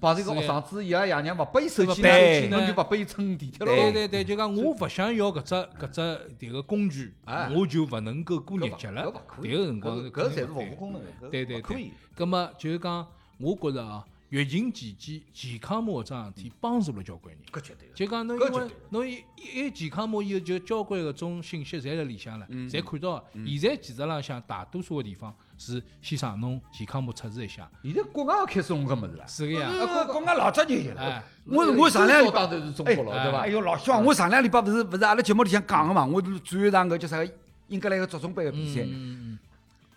[SPEAKER 6] 碰着一个
[SPEAKER 4] 是
[SPEAKER 6] 学
[SPEAKER 4] 呀
[SPEAKER 6] 生子，伊拉爷娘勿拨伊手机
[SPEAKER 4] 勿拨伊手
[SPEAKER 6] 呢，
[SPEAKER 4] 机
[SPEAKER 6] 侬
[SPEAKER 4] 呢
[SPEAKER 6] 就勿拨伊乘地铁
[SPEAKER 4] 对
[SPEAKER 6] 咯。
[SPEAKER 4] 对对，就讲我勿想要搿只搿只迭个工具
[SPEAKER 6] 哎，
[SPEAKER 4] 我就勿能够过
[SPEAKER 6] 搿
[SPEAKER 4] 日
[SPEAKER 6] 勿
[SPEAKER 4] 脚
[SPEAKER 6] 搿
[SPEAKER 4] 了
[SPEAKER 6] 勿。可以
[SPEAKER 4] 迭个辰光肯
[SPEAKER 6] 搿
[SPEAKER 4] 定
[SPEAKER 6] 搿才是
[SPEAKER 4] 勿
[SPEAKER 6] 服
[SPEAKER 4] 对
[SPEAKER 6] 务功能的，搿
[SPEAKER 4] 对
[SPEAKER 6] 勿
[SPEAKER 4] 对
[SPEAKER 6] 可
[SPEAKER 4] 对
[SPEAKER 6] 以。。
[SPEAKER 4] 葛么就是讲，我觉着啊，疫情期间健康码搿桩事体帮助了交关人。
[SPEAKER 6] 搿绝对的。
[SPEAKER 4] 就讲侬
[SPEAKER 6] 搿
[SPEAKER 4] 因
[SPEAKER 6] 绝
[SPEAKER 4] 为
[SPEAKER 6] 对
[SPEAKER 4] 侬一一一健康码以后，就交关搿种信息侪辣里向了，侪看到了。现在其实浪向大多数个地方是先生侬健康码测试一下，
[SPEAKER 6] 现在国外也开始弄搿物事了。
[SPEAKER 4] 是个呀。
[SPEAKER 5] 啊，国国外老早就有了
[SPEAKER 4] 哎。
[SPEAKER 5] 我我上两
[SPEAKER 6] 最早当然是中国了，对伐
[SPEAKER 5] 哎？呦，老乡，我上两礼拜不是不是阿拉节目里向讲个嘛，我是转一场个叫啥个英格兰个足总杯个比赛，
[SPEAKER 4] 嗯，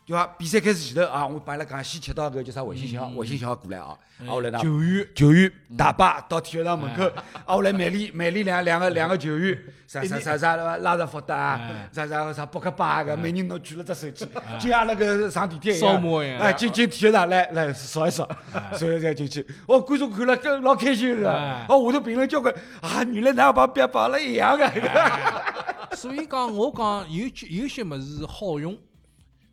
[SPEAKER 5] 对伐？比赛开始前头啊，我帮伊拉讲先吃到个叫啥卫星信号，卫星信号过来啊，啊我来拿
[SPEAKER 4] 九月
[SPEAKER 5] 球员大巴到体育场门口，啊，我来美丽美丽两两个两个球员，啥啥啥啥拉什福德啊，啥啥啥博克巴啊个，每人侬举了只手机，就阿拉个上地铁一
[SPEAKER 4] 扫码一
[SPEAKER 5] 样，
[SPEAKER 4] 样
[SPEAKER 5] 哎，进进体育场来来扫一扫，扫一扫进去，哦，观众看了跟老开心是吧
[SPEAKER 4] 哎？
[SPEAKER 5] 哦，下头评论交关啊，原来哪帮别帮了一样啊个，
[SPEAKER 4] 所以讲，我讲有句有些物事是好用，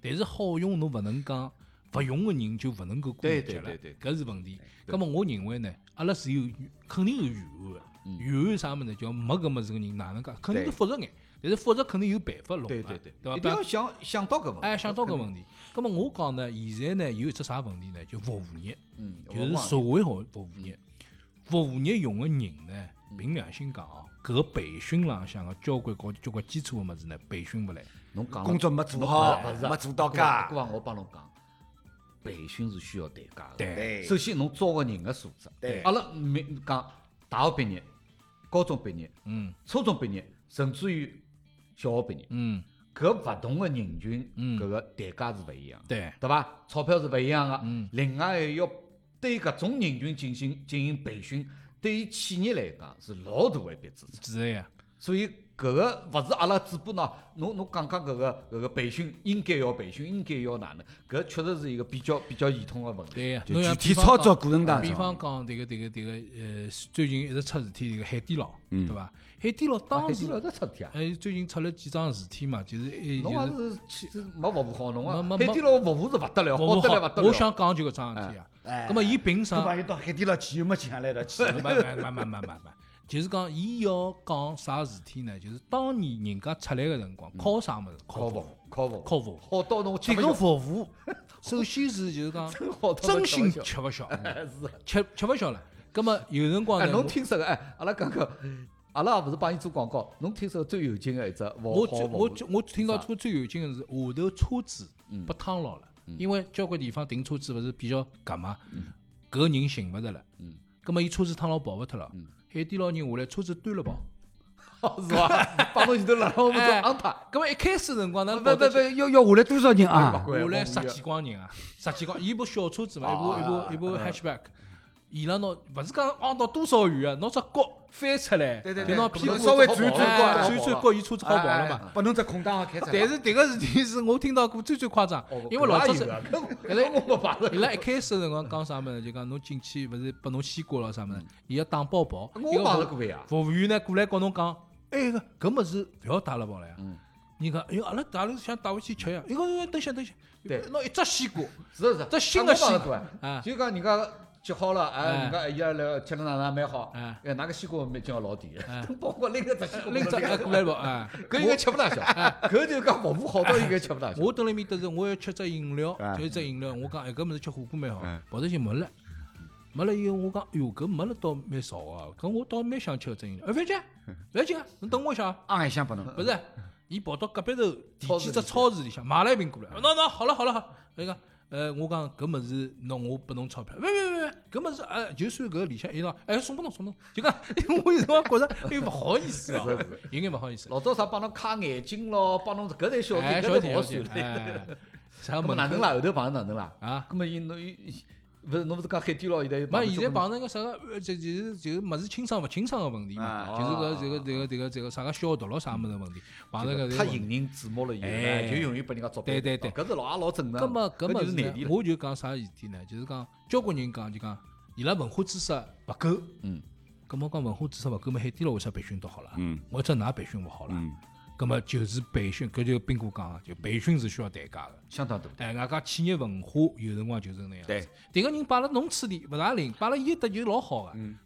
[SPEAKER 4] 但是好用侬勿能讲勿用个人就勿能够过日脚了，
[SPEAKER 6] 对对对
[SPEAKER 4] 搿是问题。葛末我认为呢，阿拉是有肯定有预案个，
[SPEAKER 6] 嗯
[SPEAKER 4] 预案啥物事呢？就没搿物事个人哪能介，肯定是复杂眼，但是复杂肯定有办法弄啊，
[SPEAKER 6] 对
[SPEAKER 4] 对
[SPEAKER 6] 对，
[SPEAKER 4] 对
[SPEAKER 6] 一定
[SPEAKER 4] 吧
[SPEAKER 6] 要？想想到搿问题。
[SPEAKER 4] 哎，想到搿问题，葛末我讲呢，现在呢有一只啥问题呢？就服务业，
[SPEAKER 6] 嗯，
[SPEAKER 4] 就是
[SPEAKER 6] 往
[SPEAKER 4] 社会好服务业，服务业用个人呢，凭良心讲啊，搿个培训浪向个交关高交关基础个物事呢，培训勿来。
[SPEAKER 6] 侬讲了
[SPEAKER 5] [LAUGHS] 工作没做好
[SPEAKER 6] 勿是，啊
[SPEAKER 5] 没做到
[SPEAKER 6] 搿话
[SPEAKER 5] 家
[SPEAKER 6] 搿，话我帮侬讲，培训是需要代价的。
[SPEAKER 4] 对
[SPEAKER 6] 首先侬招个人个素质。
[SPEAKER 5] 对
[SPEAKER 6] 阿拉没讲大学毕业、高中毕业、
[SPEAKER 4] 嗯
[SPEAKER 6] 初中毕业，甚至于小学毕业，
[SPEAKER 4] 嗯，
[SPEAKER 6] 搿勿同个人群，
[SPEAKER 4] 嗯
[SPEAKER 6] 搿个代价是勿一样的，
[SPEAKER 4] 对，
[SPEAKER 6] 对伐？钞票是勿一样个
[SPEAKER 4] 嗯。
[SPEAKER 6] 另外还要对搿种人群进行进行培训，对于企业来讲是老大个一笔支出。
[SPEAKER 4] 是的呀，
[SPEAKER 6] 所以搿个勿是阿拉嘴巴喏，侬侬讲讲搿个搿个培训应该要培训，应该要哪能？搿确实是一个比较比较系统个问题。
[SPEAKER 4] 对呀。
[SPEAKER 5] 就
[SPEAKER 4] 侬像
[SPEAKER 5] 具体
[SPEAKER 4] 比方
[SPEAKER 5] 操
[SPEAKER 4] 讲
[SPEAKER 5] 作过程当
[SPEAKER 4] 比
[SPEAKER 5] 中
[SPEAKER 4] 方讲迭个迭个迭个呃，最近一直出事体迭个海底捞，对伐？海底捞当
[SPEAKER 6] 老
[SPEAKER 4] 时
[SPEAKER 6] 得出体啊！
[SPEAKER 4] 哎，最近出了几桩事体嘛，就是哎，
[SPEAKER 6] 侬
[SPEAKER 4] 就是
[SPEAKER 6] 也是其实没服务好侬啊！
[SPEAKER 4] 没
[SPEAKER 6] 海
[SPEAKER 4] 没
[SPEAKER 6] 底捞服务是勿得了，
[SPEAKER 4] 服务
[SPEAKER 6] 好得了勿
[SPEAKER 4] 好
[SPEAKER 6] 得，了。
[SPEAKER 4] 我想讲就搿桩事体啊。葛么伊凭
[SPEAKER 5] 搿
[SPEAKER 4] 啥
[SPEAKER 5] 朋？友到海底捞去又没请阿拉一道去，
[SPEAKER 4] 没没没没没没没， [LAUGHS] 就是讲伊要讲啥事体呢？就是当年人家出来个辰光，靠啥物事？
[SPEAKER 6] 靠
[SPEAKER 4] 服
[SPEAKER 6] 服
[SPEAKER 4] 务，，
[SPEAKER 6] 靠服，
[SPEAKER 4] 靠服务。
[SPEAKER 6] 好到侬吃
[SPEAKER 4] 这
[SPEAKER 6] 不
[SPEAKER 4] 个
[SPEAKER 6] 消，
[SPEAKER 4] 服务，首先是就是讲
[SPEAKER 6] 好到侬
[SPEAKER 4] 真心
[SPEAKER 6] 吃
[SPEAKER 4] 吃勿
[SPEAKER 6] 不消
[SPEAKER 4] 消，嗯
[SPEAKER 6] 是。
[SPEAKER 4] 吃吃勿消了。葛么有辰光
[SPEAKER 6] 哎，
[SPEAKER 4] 呢，
[SPEAKER 6] 侬
[SPEAKER 4] 我
[SPEAKER 6] 听说个哎，阿拉讲个，阿拉也勿是帮伊做广告，侬听说最有劲个一只服务
[SPEAKER 4] 我
[SPEAKER 6] 好
[SPEAKER 4] 最
[SPEAKER 6] 服
[SPEAKER 4] 我
[SPEAKER 6] 务
[SPEAKER 4] 最我听到
[SPEAKER 6] 啥
[SPEAKER 4] 最最有劲的是下头车子被趟牢了，因为交关地方停车子勿是比较夹嘛，搿个人寻勿着了，嗯，葛末伊车子趟牢跑勿脱了，海底捞人下来车子端了跑，
[SPEAKER 6] 是伐？帮侬前头辣我们做
[SPEAKER 4] 哎
[SPEAKER 6] 昂塔，
[SPEAKER 4] 葛末一开始辰光呢，
[SPEAKER 5] 不不不，要要下来多少人啊？
[SPEAKER 4] 下来十几光人啊，十几光，伊部小车子嘛，
[SPEAKER 5] 啊
[SPEAKER 4] 一部一部一部 hatchback，伊拉拿勿是讲昂到多少远啊，拿只角翻出来，
[SPEAKER 5] 对对
[SPEAKER 4] 就
[SPEAKER 5] 对
[SPEAKER 4] 拿屁
[SPEAKER 5] 搿
[SPEAKER 4] 股
[SPEAKER 5] 么稍微转
[SPEAKER 4] 转
[SPEAKER 5] 转角
[SPEAKER 4] 转
[SPEAKER 5] 好
[SPEAKER 4] 哎转
[SPEAKER 6] 跑
[SPEAKER 4] 转角，
[SPEAKER 6] 了
[SPEAKER 4] 伊车子好跑了
[SPEAKER 5] 哎
[SPEAKER 4] 嘛
[SPEAKER 5] 哎。哎把侬只空档也开出来。
[SPEAKER 4] 但是迭个事体是我听到过最最夸张，
[SPEAKER 5] 哦
[SPEAKER 4] 因为老早是，
[SPEAKER 5] 啊
[SPEAKER 4] [LAUGHS]
[SPEAKER 6] 搿来我没碰着
[SPEAKER 4] 伊拉一开始的辰光讲啥么子，就讲侬进去勿是拨侬西瓜咯啥么子，伊要打包跑。
[SPEAKER 6] 我碰着过
[SPEAKER 5] 啊
[SPEAKER 6] 呀。
[SPEAKER 4] 服务员呢过来告侬讲，哎个搿物事勿要带了跑了呀。人讲，哎哟，阿拉带了想带回去吃呀。伊讲，哎等一下等一下，
[SPEAKER 6] 对
[SPEAKER 4] 拿一只西瓜，
[SPEAKER 6] 是是，
[SPEAKER 4] 这新的
[SPEAKER 6] 啊我
[SPEAKER 4] 西
[SPEAKER 6] 帮侬
[SPEAKER 4] 瓜
[SPEAKER 6] 做
[SPEAKER 4] 啊
[SPEAKER 6] 就讲人家接好了，哎，
[SPEAKER 4] 哎
[SPEAKER 6] 人家哎呀来吃了哪能蛮好
[SPEAKER 4] 哎，
[SPEAKER 6] 哎，拿个西瓜蛮今朝老甜， [LAUGHS] 包括拎个只西
[SPEAKER 4] [LAUGHS] [LAUGHS]
[SPEAKER 6] 瓜，
[SPEAKER 4] 拎只哎过来跑 [LAUGHS] 哎。
[SPEAKER 6] 搿应该吃不大消， [LAUGHS] 搿就讲服务好到应该吃
[SPEAKER 4] [LAUGHS]
[SPEAKER 6] 不大消。
[SPEAKER 4] 我蹲啊辣埃面搭是，我要吃只饮料
[SPEAKER 5] 哎，
[SPEAKER 4] 就一只饮料。我讲，哎，搿物事吃火锅蛮好
[SPEAKER 5] 哎，
[SPEAKER 4] 跑出去没了，没了以后我讲，哎哟，搿没了倒蛮少啊，搿我倒蛮想吃搿只饮料。哎，勿要紧啊，勿要紧啊，侬等我一下啊。
[SPEAKER 5] 昂一箱拨侬。
[SPEAKER 4] 勿是，伊跑到隔壁头
[SPEAKER 6] 超
[SPEAKER 4] 第
[SPEAKER 6] 市
[SPEAKER 4] 几只
[SPEAKER 6] 里去
[SPEAKER 4] 哦超市里向买了一瓶过来，喏喏，好了好了好了，伊讲呃，我讲搿物事，喏，我拨侬钞票，勿勿勿，搿物事呃，就算搿里向一道，哎，送拨侬，送拨侬，就讲， [LAUGHS] 我有辰光觉着，哎，勿好意思啊，有眼勿好意思，
[SPEAKER 6] 老早啥帮侬揩眼镜咯，帮侬搿才小
[SPEAKER 4] 哎，
[SPEAKER 6] 点，
[SPEAKER 4] 小
[SPEAKER 6] 搿才
[SPEAKER 4] 点
[SPEAKER 6] 勿好
[SPEAKER 4] 小
[SPEAKER 6] 算
[SPEAKER 4] 点，哎，啥
[SPEAKER 6] [LAUGHS] 那
[SPEAKER 4] 门
[SPEAKER 6] 么哪能
[SPEAKER 4] 口
[SPEAKER 6] 啦？后头碰哪能啦？
[SPEAKER 4] 啊？
[SPEAKER 6] 那么伊侬伊伊勿是侬勿是讲海底捞现在
[SPEAKER 4] 没，现在
[SPEAKER 6] 帮
[SPEAKER 4] 碰着个啥个，呃这就是就是么子清爽勿清爽个问题嘛，就
[SPEAKER 5] 啊
[SPEAKER 4] 是
[SPEAKER 6] 哦
[SPEAKER 4] 搿这个这个这个这个啥个消毒咯啥物事问题，碰着搿
[SPEAKER 6] 太引人注目了，以后
[SPEAKER 4] 哎
[SPEAKER 6] 呢就容易拨人家捉
[SPEAKER 4] 对对对
[SPEAKER 6] 搿是老也老正常。
[SPEAKER 4] 搿么搿
[SPEAKER 6] 搿
[SPEAKER 4] 么
[SPEAKER 6] 啊就
[SPEAKER 4] 事
[SPEAKER 6] 是内
[SPEAKER 4] 呢
[SPEAKER 6] 地，了。
[SPEAKER 4] 我就讲啥事体呢？就是讲交关人讲就讲伊拉文化知识勿够，
[SPEAKER 6] 嗯，
[SPEAKER 4] 搿么讲文化知识勿够，么海底捞为啥培训到好了？
[SPEAKER 1] 嗯，
[SPEAKER 4] 或者哪培训勿好了？
[SPEAKER 1] 嗯，
[SPEAKER 4] 搿么就是培训，搿就斌哥讲啊个，就培训是需要代价个。
[SPEAKER 6] 相当大的。
[SPEAKER 4] 哎，外加企业文化有辰光就是搿能样子。
[SPEAKER 6] 对，
[SPEAKER 4] 迭个人摆辣侬处理勿大灵，摆辣伊搭就老好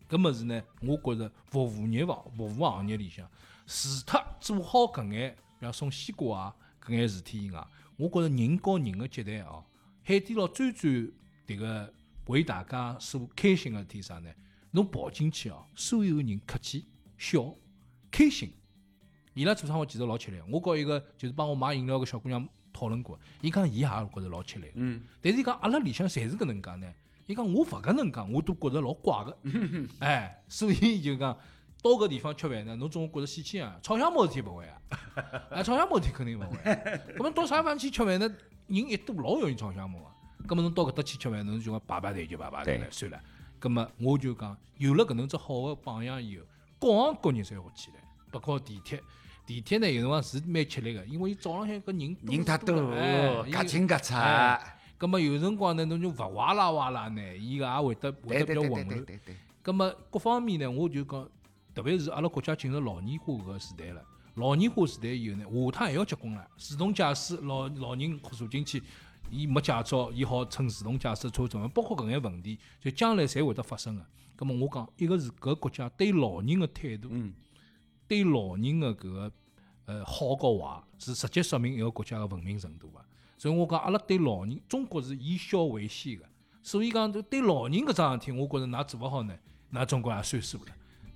[SPEAKER 4] 个。搿物事呢，我觉着服务业房服务行业里向，除脱做好搿眼，比方送西瓜啊搿眼事体以外，我觉着人和人个接待哦，海底捞最最迭个为大家所开心个事体是啥呢？侬跑进去哦，所有人客气、笑、开心。伊拉做生活其实老吃力。我告一个就是帮我买饮料个小姑娘讨论过，伊讲伊也觉着老吃力。嗯，但是伊讲阿拉里向侪是搿能介呢。伊讲我勿搿能介，我都觉着老怪个。
[SPEAKER 5] 嗯
[SPEAKER 4] [LAUGHS] 哎，所以就讲到搿地方吃饭呢，侬总归觉着喜气啊。吵相骂事体勿会啊， [LAUGHS] 啊吵相骂事体肯定勿会。搿么到啥地方去吃饭呢？人一多老容易吵相骂啊。搿么侬到搿搭去吃饭，侬就讲排排队就排排队了，算了。搿么我就讲，有了搿能只好个榜样以后，各行各业侪活起来，包括地铁。地铁呢，有辰光是蛮吃力个，因为伊早浪向搿人多
[SPEAKER 5] 人太多
[SPEAKER 4] 哎，伊
[SPEAKER 5] 嘎清嘎嚓
[SPEAKER 4] 哎，葛末有辰光呢，侬就勿哇啦哇啦呢，伊个也会得会得比
[SPEAKER 5] 对对
[SPEAKER 4] 较
[SPEAKER 5] 对
[SPEAKER 4] 混
[SPEAKER 5] 对对
[SPEAKER 4] 乱。
[SPEAKER 5] 对对，
[SPEAKER 4] 葛末各方面呢，我就讲，特别是阿拉国家进入老年化搿个时代了，老年化时代以后呢，下趟还要结棍了，自动驾驶老老人坐进去。伊没驾照，伊好乘自动驾驶车怎么？包括搿眼问题，就将来侪会得发生个。葛末我讲，一个是搿国家对老人个态度，对老人的搿个呃好和坏，是直接说明一个国家的文明程度啊。所以我讲，阿拉对老人，中国是以孝为先的，所以讲对老人搿桩事体，我觉着㑚做勿好呢，㑚中国也算数了。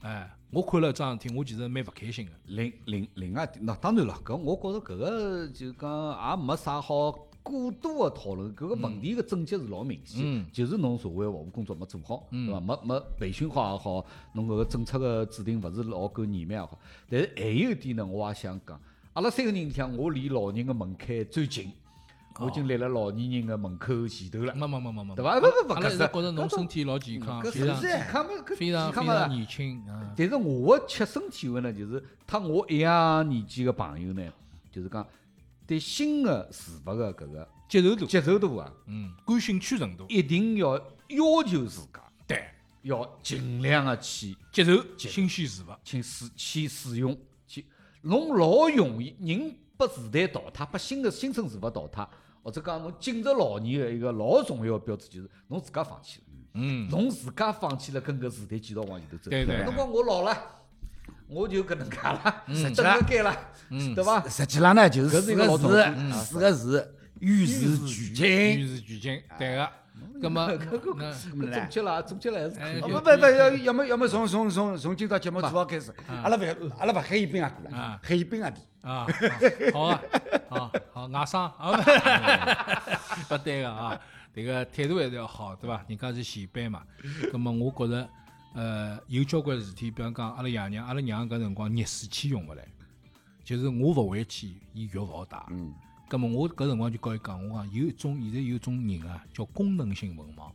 [SPEAKER 4] 哎，我看了桩事体，我其实蛮勿开心的。
[SPEAKER 6] 另另另外一点，那当然了，搿我觉着搿个就讲也没啥好过多的讨论，搿个问题个症结是老明
[SPEAKER 4] 嗯
[SPEAKER 6] 显，就是侬社会服务工作没做好，对伐？没没培训好也好，侬搿个政策个制定勿是老够严密也好。但是还有一点呢，我也想讲，阿拉三个人里向，我离老人个门槛最近，
[SPEAKER 4] 哦
[SPEAKER 6] 我已经立辣老年人个门口前头了。
[SPEAKER 4] 没没没没没，
[SPEAKER 6] 对伐？勿勿勿，
[SPEAKER 4] 阿拉一
[SPEAKER 6] 搿
[SPEAKER 4] 直
[SPEAKER 6] 是嗯
[SPEAKER 4] 觉着侬身体老健康，
[SPEAKER 6] 搿
[SPEAKER 4] 嗯非常
[SPEAKER 6] 是健康嘛，搿
[SPEAKER 4] 非常
[SPEAKER 6] 健
[SPEAKER 4] 非
[SPEAKER 6] 康嘛
[SPEAKER 4] 常年轻啊。
[SPEAKER 6] 但是我的切身体会呢，就是他我一样年纪的朋友呢，就是讲对新的事物的搿个
[SPEAKER 4] 接受度，
[SPEAKER 6] 接受度啊，
[SPEAKER 4] 嗯，感兴趣程度，
[SPEAKER 6] 一定要要求自家，
[SPEAKER 4] 对，
[SPEAKER 6] 要尽量的去
[SPEAKER 4] 接受新鲜事物，
[SPEAKER 6] 去使去使用去，侬老容易人被时代淘汰，被新的新生事物淘汰，或者讲侬进入老年的一个老重要的标志就是侬自家放弃了。
[SPEAKER 4] 嗯，
[SPEAKER 6] 侬自家放弃了跟搿时代继续往前头走。
[SPEAKER 4] 对对
[SPEAKER 6] 侬讲我老了，我就搿能介了，
[SPEAKER 5] 嗯
[SPEAKER 6] 等了该了，对伐？
[SPEAKER 5] 实际上呢，就是
[SPEAKER 6] 搿
[SPEAKER 5] 嗯
[SPEAKER 6] 是
[SPEAKER 5] 四
[SPEAKER 6] 一个
[SPEAKER 5] 个
[SPEAKER 6] 老嗯早
[SPEAKER 5] 字，四个字，与时
[SPEAKER 6] [LAUGHS]
[SPEAKER 5] 俱
[SPEAKER 4] 与
[SPEAKER 5] 进。
[SPEAKER 4] 时俱进，对
[SPEAKER 6] 哎
[SPEAKER 4] 个。葛么，那
[SPEAKER 5] 嗯
[SPEAKER 6] 总结了，总结了还是
[SPEAKER 4] 哎
[SPEAKER 5] 哦不不不，要要么要么从从从从今朝节目做好开始，阿拉勿阿拉勿黑一兵啊过
[SPEAKER 4] 啊
[SPEAKER 5] 来，黑一兵啊弟，
[SPEAKER 4] 啊，好啊， [LAUGHS] 好好外伤啊， [LAUGHS] 不对个啊，迭个态度还是要好，对伐？人家是前辈嘛，葛么我觉着，呃，有交关事体，比方讲阿拉爷娘、阿拉娘搿辰光热水器用勿来，就是我勿会去，伊浴勿好打。嗯。葛么我搿辰光就告伊讲，我讲有一种现在有一种人啊，叫功能性文盲。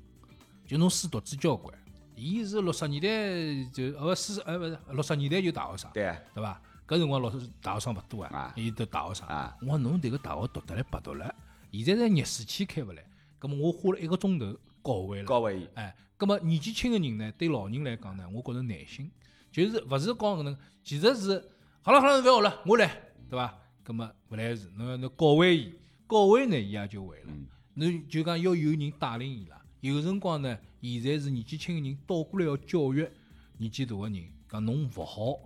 [SPEAKER 4] 就侬书读子交关，伊是六十年代就呃勿四十呃勿是六十年代就大学生，
[SPEAKER 5] 对啊
[SPEAKER 4] 对伐？搿辰光老师大学生勿多啊
[SPEAKER 5] 啊，
[SPEAKER 4] 伊都大学生
[SPEAKER 5] 啊。
[SPEAKER 4] 我讲侬迭个大学读得来白读了，现在连热水器开勿来，葛么我花了一个钟头教会了。
[SPEAKER 5] 会伊，
[SPEAKER 4] 哎，葛么年纪轻个人呢，对老人来讲呢，我觉着耐心，就是勿是讲搿能，其实是好了好了，勿要学了，我来，对伐？葛么勿来事，侬要侬教会伊，教会呢伊也就会了。
[SPEAKER 6] 嗯
[SPEAKER 4] 侬就讲要有人带领伊拉，有辰光呢，现在是年纪轻个人倒过来要教育年纪大个人，讲侬勿好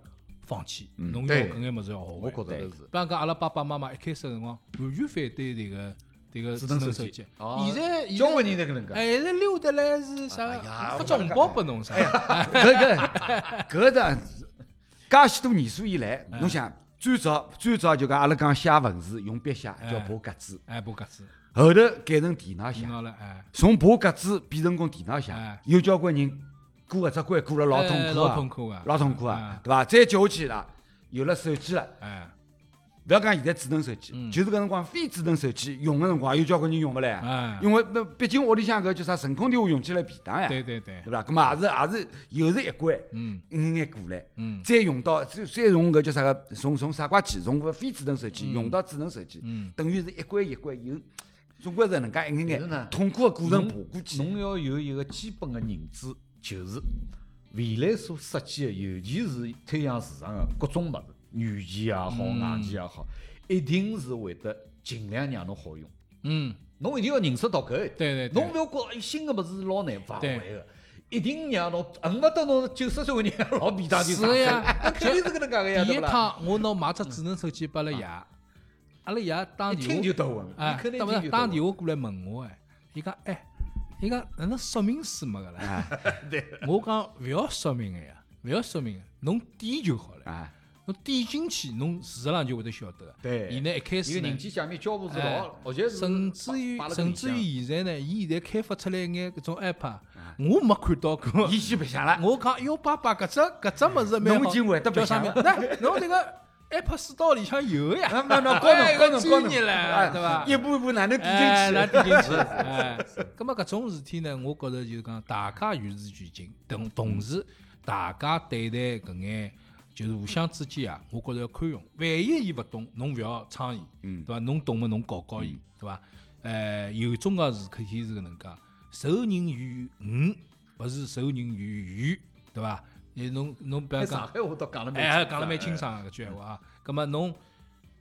[SPEAKER 4] 放弃，侬要
[SPEAKER 5] 对
[SPEAKER 4] 搿眼物事要学会。
[SPEAKER 6] 嗯我觉着是
[SPEAKER 4] 比方讲，阿拉爸爸妈妈一开始个辰光完全反对迭个迭个
[SPEAKER 6] 智
[SPEAKER 4] 智
[SPEAKER 6] 能
[SPEAKER 4] 能
[SPEAKER 6] 手
[SPEAKER 4] 手
[SPEAKER 6] 机
[SPEAKER 4] 机，
[SPEAKER 6] 哦
[SPEAKER 4] 现在现
[SPEAKER 6] 交
[SPEAKER 4] 在
[SPEAKER 6] 关人侪搿能介。
[SPEAKER 4] 哎，是溜达嘞，是啥？发红包拨
[SPEAKER 6] [LAUGHS]
[SPEAKER 4] 侬啥？嗯
[SPEAKER 5] 搿个搿个，介许多年数以来，侬想
[SPEAKER 6] 最早最早就讲阿拉讲写文字用笔写叫爬格子，
[SPEAKER 4] 哎，不格子，
[SPEAKER 6] 后头改成电脑写
[SPEAKER 4] 听，到了，哎，
[SPEAKER 6] 从爬格子变成功电脑写
[SPEAKER 4] 哎，
[SPEAKER 6] 有交关人过搿只关过了老
[SPEAKER 4] 哎
[SPEAKER 6] 痛苦
[SPEAKER 4] 老
[SPEAKER 6] 啊，
[SPEAKER 4] 痛苦啊
[SPEAKER 6] 老痛苦啊，对伐？再接下去啦，有了手机了。
[SPEAKER 4] 哎，
[SPEAKER 6] 勿要讲现在智能手机，
[SPEAKER 4] 嗯
[SPEAKER 6] 就是搿辰光非智能手机用个辰光，有交关人用勿来啊
[SPEAKER 4] 哎，
[SPEAKER 6] 因为那毕竟屋里向搿叫啥神空电话用起来便当呀，
[SPEAKER 4] 对
[SPEAKER 6] 对
[SPEAKER 4] 对对，
[SPEAKER 6] 伐？搿么也是也是又是一关，
[SPEAKER 4] 嗯
[SPEAKER 6] 一眼眼过来，
[SPEAKER 4] 嗯
[SPEAKER 6] 再用到再再从搿叫啥个从从傻瓜机从搿非智能手机用到智能手机，
[SPEAKER 4] 嗯
[SPEAKER 6] 等于是一关一关有，总归是能介一眼但是呢眼痛苦个过程爬侬过去，侬要有一个基本的认知，就是未来所设计的，尤其是推向市场的各种物事，软件也好，
[SPEAKER 4] 嗯
[SPEAKER 6] 硬件也好，一定是会得尽量让侬好用。
[SPEAKER 4] 嗯，
[SPEAKER 6] 侬一定要认识到搿一点。
[SPEAKER 4] 对对对
[SPEAKER 6] 侬勿要觉着新个物事老难，勿会
[SPEAKER 4] 对
[SPEAKER 6] 个。一定让侬恨勿得侬九十岁个人 [LAUGHS] 老便当就是
[SPEAKER 4] 呀
[SPEAKER 6] 上海肯定是搿能介个呀，
[SPEAKER 4] 第
[SPEAKER 6] 对
[SPEAKER 4] 一
[SPEAKER 6] 勿啦？
[SPEAKER 4] 趟我拿买只智能手机拨阿拉爷，阿拉爷打
[SPEAKER 6] 一
[SPEAKER 4] 电
[SPEAKER 6] 听
[SPEAKER 4] 话
[SPEAKER 6] 就头昏，
[SPEAKER 4] 哎，
[SPEAKER 6] 你肯
[SPEAKER 4] 对
[SPEAKER 6] 定
[SPEAKER 4] 不
[SPEAKER 6] 听就
[SPEAKER 4] 对？
[SPEAKER 6] 头
[SPEAKER 4] 打
[SPEAKER 6] 昏。
[SPEAKER 4] 电话过来问我哎，伊讲哎，伊讲哪能说明书没个啦？对，我讲勿要说明个呀，勿要说明个，侬点就好了。
[SPEAKER 6] 啊，
[SPEAKER 4] 侬点进去，侬事实上就会得晓得个。
[SPEAKER 6] 对
[SPEAKER 4] 现在一开
[SPEAKER 6] 一
[SPEAKER 4] 始
[SPEAKER 6] 个人
[SPEAKER 4] 呢，
[SPEAKER 6] 机界面交互是
[SPEAKER 4] 哎
[SPEAKER 6] 老，而且是
[SPEAKER 4] 甚至于
[SPEAKER 6] 摆了个
[SPEAKER 4] 甚
[SPEAKER 6] 里
[SPEAKER 4] 至
[SPEAKER 6] 向
[SPEAKER 4] 于现在呢，伊现在开发出来一眼搿种 app，啊我没看到过。
[SPEAKER 6] 伊去白相了。
[SPEAKER 4] 我讲哟，爸爸搿只搿只物事蛮好，
[SPEAKER 6] 啊侬已经会得白
[SPEAKER 4] 叫啥
[SPEAKER 6] 相
[SPEAKER 4] 名
[SPEAKER 6] 了？
[SPEAKER 4] 那侬这个 app store 里向有个呀？
[SPEAKER 6] 那那那高
[SPEAKER 4] 哎
[SPEAKER 6] 能高能
[SPEAKER 4] 搿
[SPEAKER 6] 高
[SPEAKER 4] 专业
[SPEAKER 6] 能，
[SPEAKER 4] 嘞
[SPEAKER 6] 哎
[SPEAKER 4] 对伐
[SPEAKER 6] 一步一步哪能
[SPEAKER 4] 哎，
[SPEAKER 6] 点
[SPEAKER 4] 那
[SPEAKER 6] 进去？
[SPEAKER 4] 点进去，哎， [LAUGHS] 咁么搿种事体呢，我觉着就是讲大家与时俱进，同同时大家对待搿眼就是互相之间啊，我觉着要宽容。万一伊勿懂，侬勿要倡伊，对伐？侬懂么？侬教教伊，对伐？呃，有种个事体是搿能介，授人以鱼，鱼勿是授人以渔，对伐？你侬侬不要
[SPEAKER 6] 哎
[SPEAKER 4] 讲
[SPEAKER 6] 上。海话倒讲了蛮清
[SPEAKER 4] 呃哎，
[SPEAKER 6] 爽
[SPEAKER 4] 讲了蛮清。爽个搿句闲话啊。葛末侬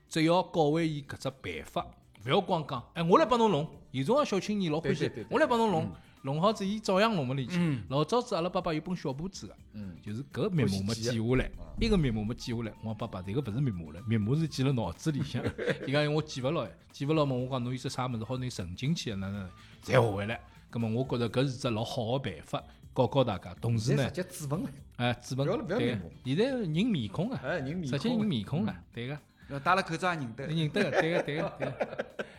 [SPEAKER 4] 只要教会伊搿只办法，勿要光讲，哎，我来帮侬弄。有种个小青年老欢喜
[SPEAKER 6] 对对对，嗯对
[SPEAKER 4] 我来帮侬弄，弄好子伊照样弄勿里去。老早子阿拉爸爸有本小簿子个，啊
[SPEAKER 6] 嗯
[SPEAKER 4] 就是搿密码没记下来，一个密码没记下来。我讲爸爸，迭个勿是密码了，密码是记辣脑子里
[SPEAKER 6] [LAUGHS]
[SPEAKER 4] 向。伊讲我记勿牢，哎记勿牢嘛，我讲侬有只啥物事好拿存进去，啊哪能哪侪学会来。葛末我觉着搿是只老好个办法，教教大家。同时
[SPEAKER 6] 现在
[SPEAKER 4] 呢
[SPEAKER 6] 直，接指纹了，
[SPEAKER 4] 哎，指纹
[SPEAKER 6] 不要不要
[SPEAKER 4] 对
[SPEAKER 6] 面
[SPEAKER 4] 个，现在人面孔啊，
[SPEAKER 6] 哎，人面
[SPEAKER 4] 直接
[SPEAKER 6] 孔
[SPEAKER 4] 人
[SPEAKER 6] 了
[SPEAKER 4] 面孔啊，对个，
[SPEAKER 5] 要戴了口罩也认得。
[SPEAKER 4] 你认得个，对个，对个，对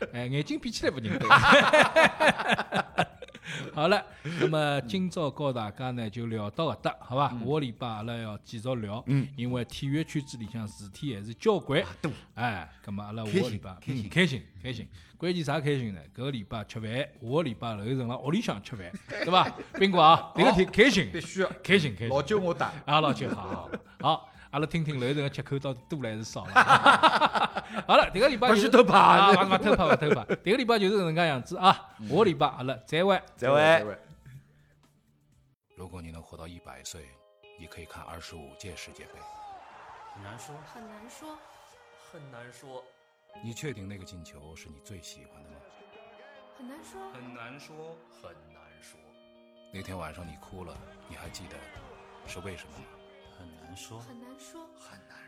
[SPEAKER 4] 个。哎，眼睛闭起来勿认得的。 [LAUGHS] 好了，那么今朝告大家呢就聊到搿搭，好伐？
[SPEAKER 6] 嗯
[SPEAKER 4] 下个礼拜阿拉要继续聊，因为体育圈子里向事体还是交关。
[SPEAKER 6] 啊
[SPEAKER 4] 哎，葛么阿拉下个礼拜嗯开心开心，关键啥开心呢？搿个礼拜吃饭，下个礼拜后成了屋里向吃饭，对伐？宾馆
[SPEAKER 6] [LAUGHS]
[SPEAKER 4] 啊，迭个挺开心，
[SPEAKER 6] 必须的
[SPEAKER 4] 开心开心。
[SPEAKER 6] 哦老酒我打。
[SPEAKER 4] 啊，老舅，好好好，阿拉听听楼层个吃口到底多了还是少了。 [LAUGHS] 好了，迭个礼拜就是
[SPEAKER 6] 不许偷拍
[SPEAKER 4] 啊，勿勿偷拍勿偷拍。迭个礼拜就是搿能介样子啊，
[SPEAKER 6] 嗯
[SPEAKER 4] 下个礼拜阿拉再会。
[SPEAKER 5] 再会。
[SPEAKER 1] 如果你能活到一百岁，你可以看二十五届世界杯。
[SPEAKER 2] 很难说，
[SPEAKER 3] 很难说，
[SPEAKER 2] 很难说，
[SPEAKER 1] 你确定那个进球是你最喜欢的吗？
[SPEAKER 3] 很难说，
[SPEAKER 2] 很难说，很难说，
[SPEAKER 1] 那天晚上你哭了，你还记得是为什么吗？
[SPEAKER 2] 很难说，
[SPEAKER 3] 很难说，
[SPEAKER 2] 很难说。